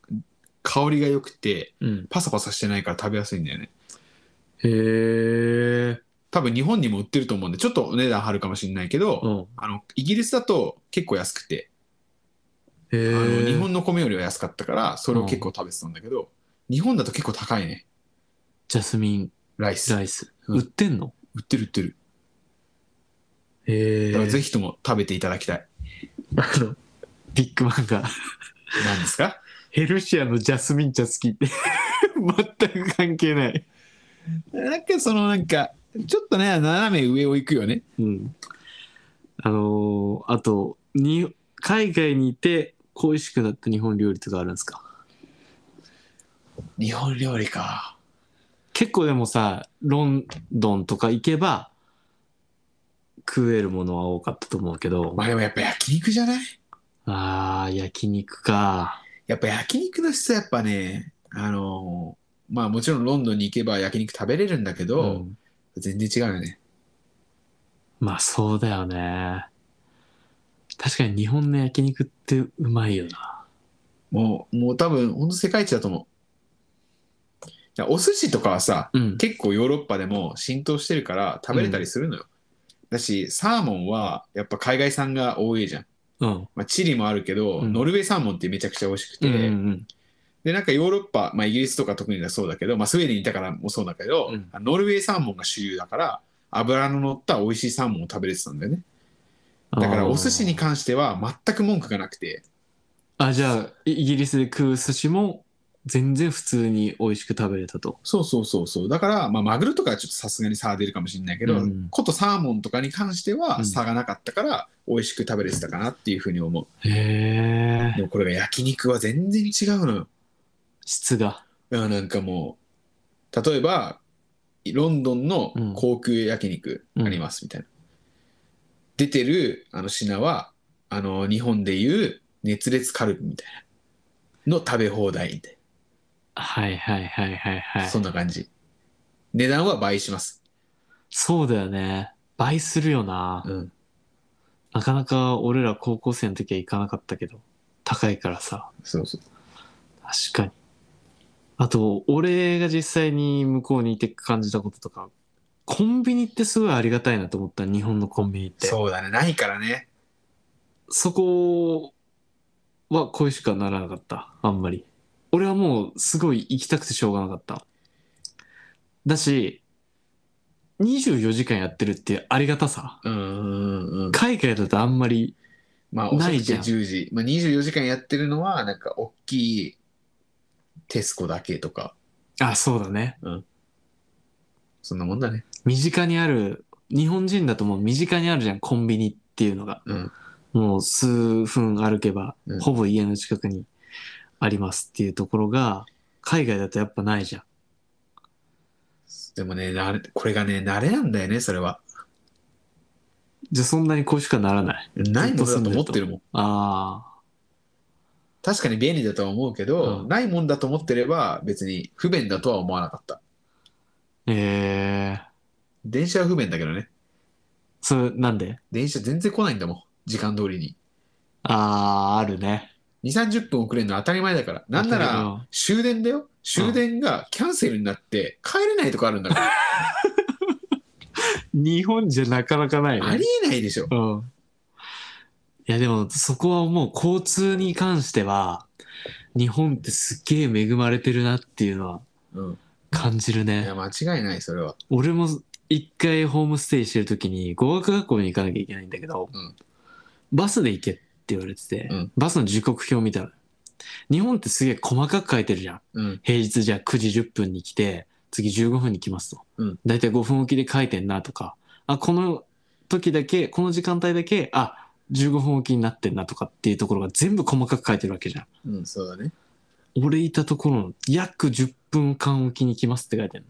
[SPEAKER 4] 香りが良くて、
[SPEAKER 2] うん、
[SPEAKER 4] パサパサしてないから食べやすいんだよね。
[SPEAKER 2] へえ、
[SPEAKER 4] 多分日本にも売ってると思うんで、ちょっとお値段張るかもしれないけど、
[SPEAKER 2] うん、へ
[SPEAKER 4] あの、イギリスだと結構安くて、あの
[SPEAKER 2] え
[SPEAKER 4] 日本の米よりは安かったから、それを結構食べてたんだけど、日本だと結構高いね、
[SPEAKER 2] ジャスミン
[SPEAKER 4] ライス。
[SPEAKER 2] ライス、
[SPEAKER 4] うん
[SPEAKER 2] 売ってんの
[SPEAKER 4] 売ってる売ってる。
[SPEAKER 2] へ
[SPEAKER 4] だからぜひとも食べていただきたい。
[SPEAKER 2] あのビッグマンが
[SPEAKER 4] 何ですか
[SPEAKER 2] ヘルシアのジャスミン茶好きって (laughs) 全く関係ない、
[SPEAKER 4] なんかそのなんか、ちょっとね、斜め上を行くよね。
[SPEAKER 2] うん、あのーあとに海外にいて恋しくなった日本料理とかあるんですか
[SPEAKER 4] 日本料理か。
[SPEAKER 2] 結構でもさロンドンとか行けば食えるものは多かったと思うけど、
[SPEAKER 4] まあでもやっぱ焼肉じゃない
[SPEAKER 2] ああ、焼肉か。
[SPEAKER 4] やっぱ焼肉の質はやっぱね、あのーまあもちろんロンドンに行けば焼肉食べれるんだけど、
[SPEAKER 2] ん
[SPEAKER 4] 全然違うよね。
[SPEAKER 2] まあそうだよね。確かに日本の焼肉ってうまいよな。
[SPEAKER 4] もう、もう多分、ほんと世界一だと思う。いやお寿司とかはさ、
[SPEAKER 2] うん。
[SPEAKER 4] 結構ヨーロッパでも浸透してるから食べれたりするのよ。だし、サーモンはやっぱ海外産が多いじゃん。
[SPEAKER 2] うん。
[SPEAKER 4] まあ、チリもあるけど、
[SPEAKER 2] うん
[SPEAKER 4] ノルウェーサーモンってめちゃくちゃ美味しくて、
[SPEAKER 2] うんうん
[SPEAKER 4] で、なんかヨーロッパ、まあイギリスとか特にだそうだけど、まあスウェーデンにいたからもそうだけど、
[SPEAKER 2] うん
[SPEAKER 4] ノルウェーサーモンが主流だから、脂の乗った美味しいサーモンを食べれてたんだよね。
[SPEAKER 2] うん、
[SPEAKER 4] だか
[SPEAKER 2] あ
[SPEAKER 4] ら
[SPEAKER 2] ー
[SPEAKER 4] お寿司に関しては全く文句がなくて、
[SPEAKER 2] あ、じゃあ、イイギリスで食う寿司も全然普通に美味しく食べれたと。
[SPEAKER 4] そうそうそうそう。だから、まあマグロとかはちょっとさすがに差は出るかもしれないけど、
[SPEAKER 2] うん
[SPEAKER 4] ことサーモンとかに関して
[SPEAKER 2] う
[SPEAKER 4] は
[SPEAKER 2] ん
[SPEAKER 4] 差がなかったから、美味しく食べれてたかなっていうふうに思う。
[SPEAKER 2] へえ。
[SPEAKER 4] でもこれが焼肉は全然違うのよ。
[SPEAKER 2] 質が。
[SPEAKER 4] いやなんかもう、例えば、ロンドンの高級焼肉ありますみたいな。出てるあの品は、あの、日本でいう熱烈カルビみたいな。の食べ放題みたい
[SPEAKER 2] はいはいはいはいは
[SPEAKER 4] な。
[SPEAKER 2] い。
[SPEAKER 4] そんな感じ。値段は倍します。
[SPEAKER 2] そうだよね。倍するよな。
[SPEAKER 4] うん。
[SPEAKER 2] なかなか俺ら高校生の時は行かなかったけど、高いからさ。
[SPEAKER 4] そうそう。
[SPEAKER 2] 確かに。あと、俺が実際に向こうにいて感じたこととか、コンビニってすごいありがたいなと思った、日本のコンビニって。
[SPEAKER 4] そうだね、ないからね。
[SPEAKER 2] そこは恋しかならなかった、あんまり。俺はもうすごい行きたくてしょうがなかった。だし、24時間やってるっていうありがたさ。
[SPEAKER 4] うんうんうん。
[SPEAKER 2] 海外だとあんまり、
[SPEAKER 4] まあ、遅
[SPEAKER 2] ない
[SPEAKER 4] く
[SPEAKER 2] じ
[SPEAKER 4] て
[SPEAKER 2] ゃん
[SPEAKER 4] 10時。まあ、24時間やってるのは、なんか、大きいテスコだけとか、
[SPEAKER 2] あ、そうだね。
[SPEAKER 4] そんなもんだね。
[SPEAKER 2] 身近にある、日本人だともう身近にあるじゃん、コンビニっていうのが。
[SPEAKER 4] うん。
[SPEAKER 2] もう数分歩けば
[SPEAKER 4] う、ん
[SPEAKER 2] ほぼ家の近くにありますっていうところが、海外だとやっぱないじゃん。
[SPEAKER 4] でもね、慣れこれがね、慣れなんだよね、それは。
[SPEAKER 2] じゃあそんなに恋しかならない。
[SPEAKER 4] ないものだと思ってるもん。
[SPEAKER 2] あ
[SPEAKER 4] 確かに便利だとは思うけど、
[SPEAKER 2] うん
[SPEAKER 4] ないもんだと思ってれば、別に不便だとは思わなかった。
[SPEAKER 2] あ。ええ
[SPEAKER 4] 電車は不便だけどね。
[SPEAKER 2] それなんで
[SPEAKER 4] 電車全然来ないんだもん。時間通りに。
[SPEAKER 2] ああ、あるね。
[SPEAKER 4] 2、30分遅れるの当たり前だから。なんな
[SPEAKER 2] だけ
[SPEAKER 4] ら
[SPEAKER 2] ど、
[SPEAKER 4] 終電だよ。終電がキャンセルになって、帰れないとかあるんだから。
[SPEAKER 2] 日本じゃなかなかないね。
[SPEAKER 4] (laughs) ありえないでしょ。
[SPEAKER 2] うん。いやでもそこはもう交通に関しては、日本ってすっげえ恵まれてるなっていうのは
[SPEAKER 4] うん。
[SPEAKER 2] 感じる
[SPEAKER 4] い
[SPEAKER 2] ね
[SPEAKER 4] や、。間違いない、それは。
[SPEAKER 2] 俺も一回ホームステイしてる時に語学学校に行かなきゃいけないんだけど、
[SPEAKER 4] うん
[SPEAKER 2] バスで行けって言われてて、
[SPEAKER 4] うん
[SPEAKER 2] バスの時刻表見たら日本ってすげえ細かく書いてるじゃん
[SPEAKER 4] うん。
[SPEAKER 2] 平日じゃあ9時10分に来て次15分に来ますと、
[SPEAKER 4] うん
[SPEAKER 2] だいたい5分おきで書いてんなとかあこの時だけこの時間帯だけあ15分おきになってんなとかっていうところが全部細かく書いてるわけじゃん
[SPEAKER 4] うん、そうだね。
[SPEAKER 2] 俺いたところの約10分間おきに来ますって書いてん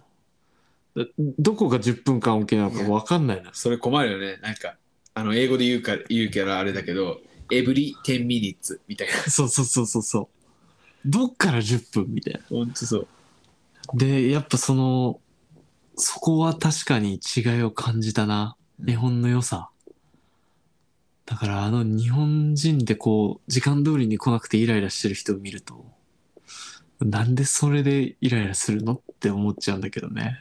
[SPEAKER 2] のだどこが10分間おきなのか分かん
[SPEAKER 4] (laughs)
[SPEAKER 2] ないな
[SPEAKER 4] それ困るよね。なんか、あの、英語で言うか、言うけどあれだけど、エブリ10 minutes みたいな。
[SPEAKER 2] そうそうそうそうそう。どっから10分みたいな。
[SPEAKER 4] ほんとそう。
[SPEAKER 2] で、やっぱその、そこは確かに違いを感じたな。
[SPEAKER 4] うん
[SPEAKER 2] 日本の良さ。だからあの日本人でこう、時間通りに来なくてイライラしてる人を見ると、なんでそれでイライラするのって思っちゃうんだけどね。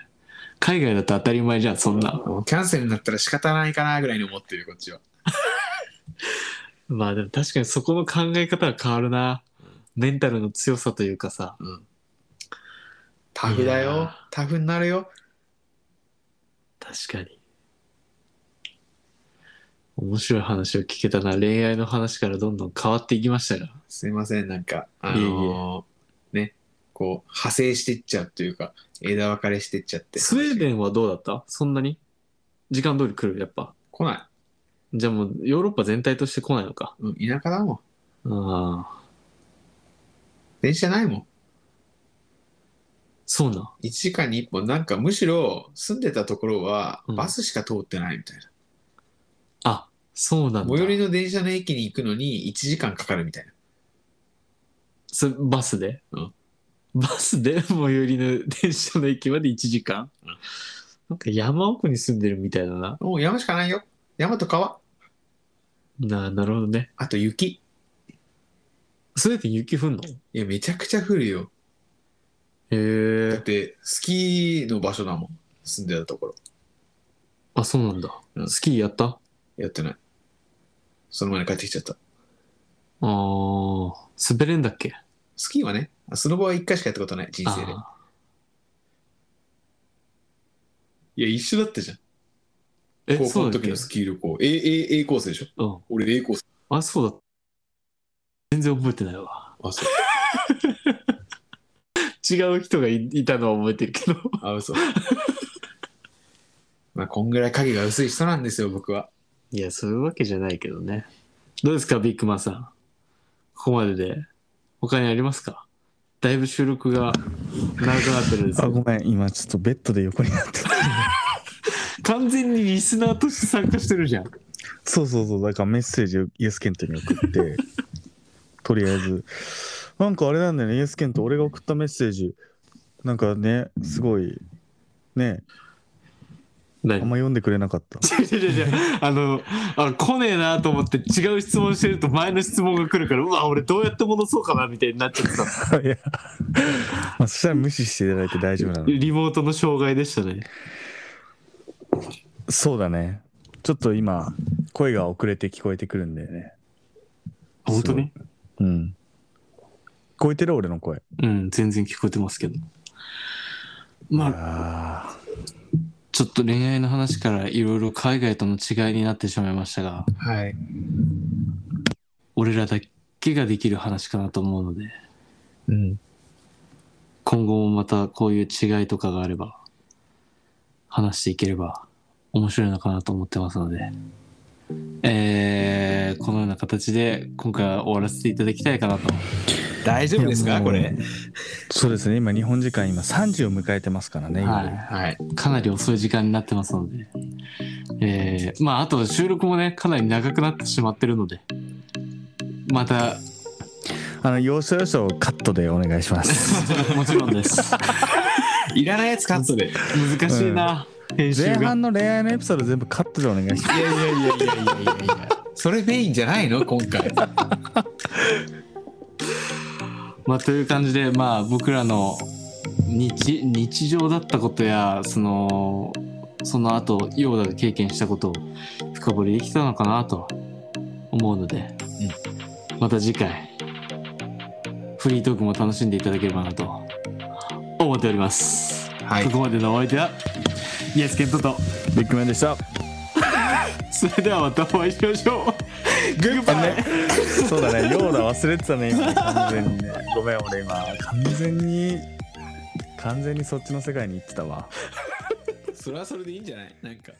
[SPEAKER 2] 海外だと当たり前じゃん、そんな。
[SPEAKER 4] もうキャンセルになったら仕方ないかなぐらいに思ってる、こっちは。
[SPEAKER 2] まあでも確かにそこの考え方は変わるな。メンタルの強さというかさ。
[SPEAKER 4] うん。タフだ
[SPEAKER 2] いや
[SPEAKER 4] よ
[SPEAKER 2] ー。
[SPEAKER 4] タフになるよ。
[SPEAKER 2] 確かに。面白い話を聞けたな。恋愛の話からどんどん変わっていきましたが。
[SPEAKER 4] すいません、なんか、あのーね、こう、派生してっちゃうというか、枝分かれしてっちゃって。
[SPEAKER 2] スウェーデ
[SPEAKER 4] ン
[SPEAKER 2] ンはどうだったそんなに時間通り来るやっぱ。
[SPEAKER 4] 来な
[SPEAKER 2] じゃあもうヨーロッパ全体として来ないのか。
[SPEAKER 4] い。うん、田舎だもん。
[SPEAKER 2] ああ。
[SPEAKER 4] 電車ないもん。
[SPEAKER 2] そうなん。
[SPEAKER 4] 1時間に1本、なんかむしろ住んでたところは
[SPEAKER 2] うん
[SPEAKER 4] バスしか通ってないみたいな。
[SPEAKER 2] あ、そうなんだ。
[SPEAKER 4] 最寄りの電車の駅に行くのに1時間かかるみたいな。
[SPEAKER 2] そバスで、
[SPEAKER 4] うん
[SPEAKER 2] バスで (laughs) 最寄りの電車の駅まで1時間、
[SPEAKER 4] うん
[SPEAKER 2] なんか山奥に住んでるみたいだな。
[SPEAKER 4] もう山しかないよ。山と川。
[SPEAKER 2] ななるほどね。
[SPEAKER 4] あと雪。
[SPEAKER 2] それで雪降んの
[SPEAKER 4] いや、めちゃくちゃ降るよ。だっ
[SPEAKER 2] へえ。
[SPEAKER 4] て、スキーの場所だもん。住んでたところ。
[SPEAKER 2] あ、そうなんだ。
[SPEAKER 4] うん
[SPEAKER 2] スキーやった
[SPEAKER 4] やってない。その前に帰ってきちゃった。
[SPEAKER 2] あー、滑れんだっけ
[SPEAKER 4] スキーはね、あスノボは1回しかやったことない、人生で。
[SPEAKER 2] あ
[SPEAKER 4] いや、一緒だったじゃん。
[SPEAKER 2] ーえ、
[SPEAKER 4] 高
[SPEAKER 2] そ
[SPEAKER 4] 校
[SPEAKER 2] う
[SPEAKER 4] の
[SPEAKER 2] だっ
[SPEAKER 4] 時
[SPEAKER 2] け
[SPEAKER 4] のスキー旅行。A, A, A コースでしょ
[SPEAKER 2] うん。
[SPEAKER 4] 俺 A コース。
[SPEAKER 2] あ、そうだ。全然覚えてないわ。
[SPEAKER 4] あ、そう。
[SPEAKER 2] 違う人がいいたのは覚えてるけど。
[SPEAKER 4] あ、嘘。 (laughs) まあ、こんぐらい影が薄い人なんですよ、僕は。
[SPEAKER 2] いや、そういうわけじゃないけどね。どうですか、ビッグマンさん。ここまでで。他にありますかだいぶ収録が長くなってるんです
[SPEAKER 3] あ
[SPEAKER 2] けど
[SPEAKER 3] ごめん今ちょっとベッドで横になってた
[SPEAKER 2] 完全にリスナーとして参加してるじゃん。
[SPEAKER 3] (laughs) そうそうそうだからメッセージをイエスケントに送って (laughs) とりあえずなんかあれなんだよねイエスケント俺が送ったメッセージなんかねすごいねあん
[SPEAKER 2] 何
[SPEAKER 3] ま読んでくれなかった。
[SPEAKER 2] 違う違う違うあのあ来ねえなと思って違う質問してると前の質問が来るからうわ俺どうやって戻そうかなみたいになっちゃってた
[SPEAKER 3] (laughs) いや、まあ、そしたら無視していただいて大丈夫なの。
[SPEAKER 2] リモートの障害でしたね
[SPEAKER 3] そうだね。ちょっと今、声が遅れて聞こえてくるんだよね。
[SPEAKER 2] 本当に
[SPEAKER 3] うん。聞こえてる俺の声。
[SPEAKER 2] うん全然聞こえてますけどまあ
[SPEAKER 3] あ
[SPEAKER 2] ちょっと恋愛の話からいろいろ海外との違いになってしまいましたが
[SPEAKER 4] はい。
[SPEAKER 2] 俺らだけができる話かなと思うので
[SPEAKER 4] うん。
[SPEAKER 2] 今後もまたこういう違いとかがあれば話していければ面白いのかなと思ってますので、えーこのような形で今回は終わらせていただきたいかなと
[SPEAKER 4] 大丈夫です
[SPEAKER 3] いや
[SPEAKER 4] か
[SPEAKER 3] もう
[SPEAKER 4] これ。
[SPEAKER 3] そうですね。今、日本時間、今3時を迎えてますからね。
[SPEAKER 2] はい
[SPEAKER 3] 夜
[SPEAKER 4] はい。
[SPEAKER 2] かなり遅い時間になってますので、えーまああと収録もねかなり長くなってしまってるのでま
[SPEAKER 3] (laughs)
[SPEAKER 2] た
[SPEAKER 3] あの、要所要所をカットでお願いし (laughs) ます。
[SPEAKER 2] もちろんです
[SPEAKER 4] いらないやつカットで。い
[SPEAKER 2] 難しいな、編集
[SPEAKER 3] 前
[SPEAKER 2] が
[SPEAKER 3] 半の恋愛のエピソード全部カットでお願いします。
[SPEAKER 4] やいやいやいやいやいやいや。それメインじゃないの今回。
[SPEAKER 2] まあ、という感じで、まあ、僕らの日日常だったことやそのその後ヨーダが経験したことを深掘りできたのかなと思うので、また次回フリートークも楽しんでいただければなと思っております、
[SPEAKER 4] はい
[SPEAKER 2] ここまでのお相手はイエスケントと
[SPEAKER 3] ビッグメンで (laughs) した。
[SPEAKER 2] それではまたお会いしましょうグッバイ
[SPEAKER 3] そうだね、ヨーダ忘れてたね、今、完全にね。ごめん、俺今、完全に、完全にそっちの世界に行ってたわ。
[SPEAKER 4] それはそれでいいんじゃないなんか。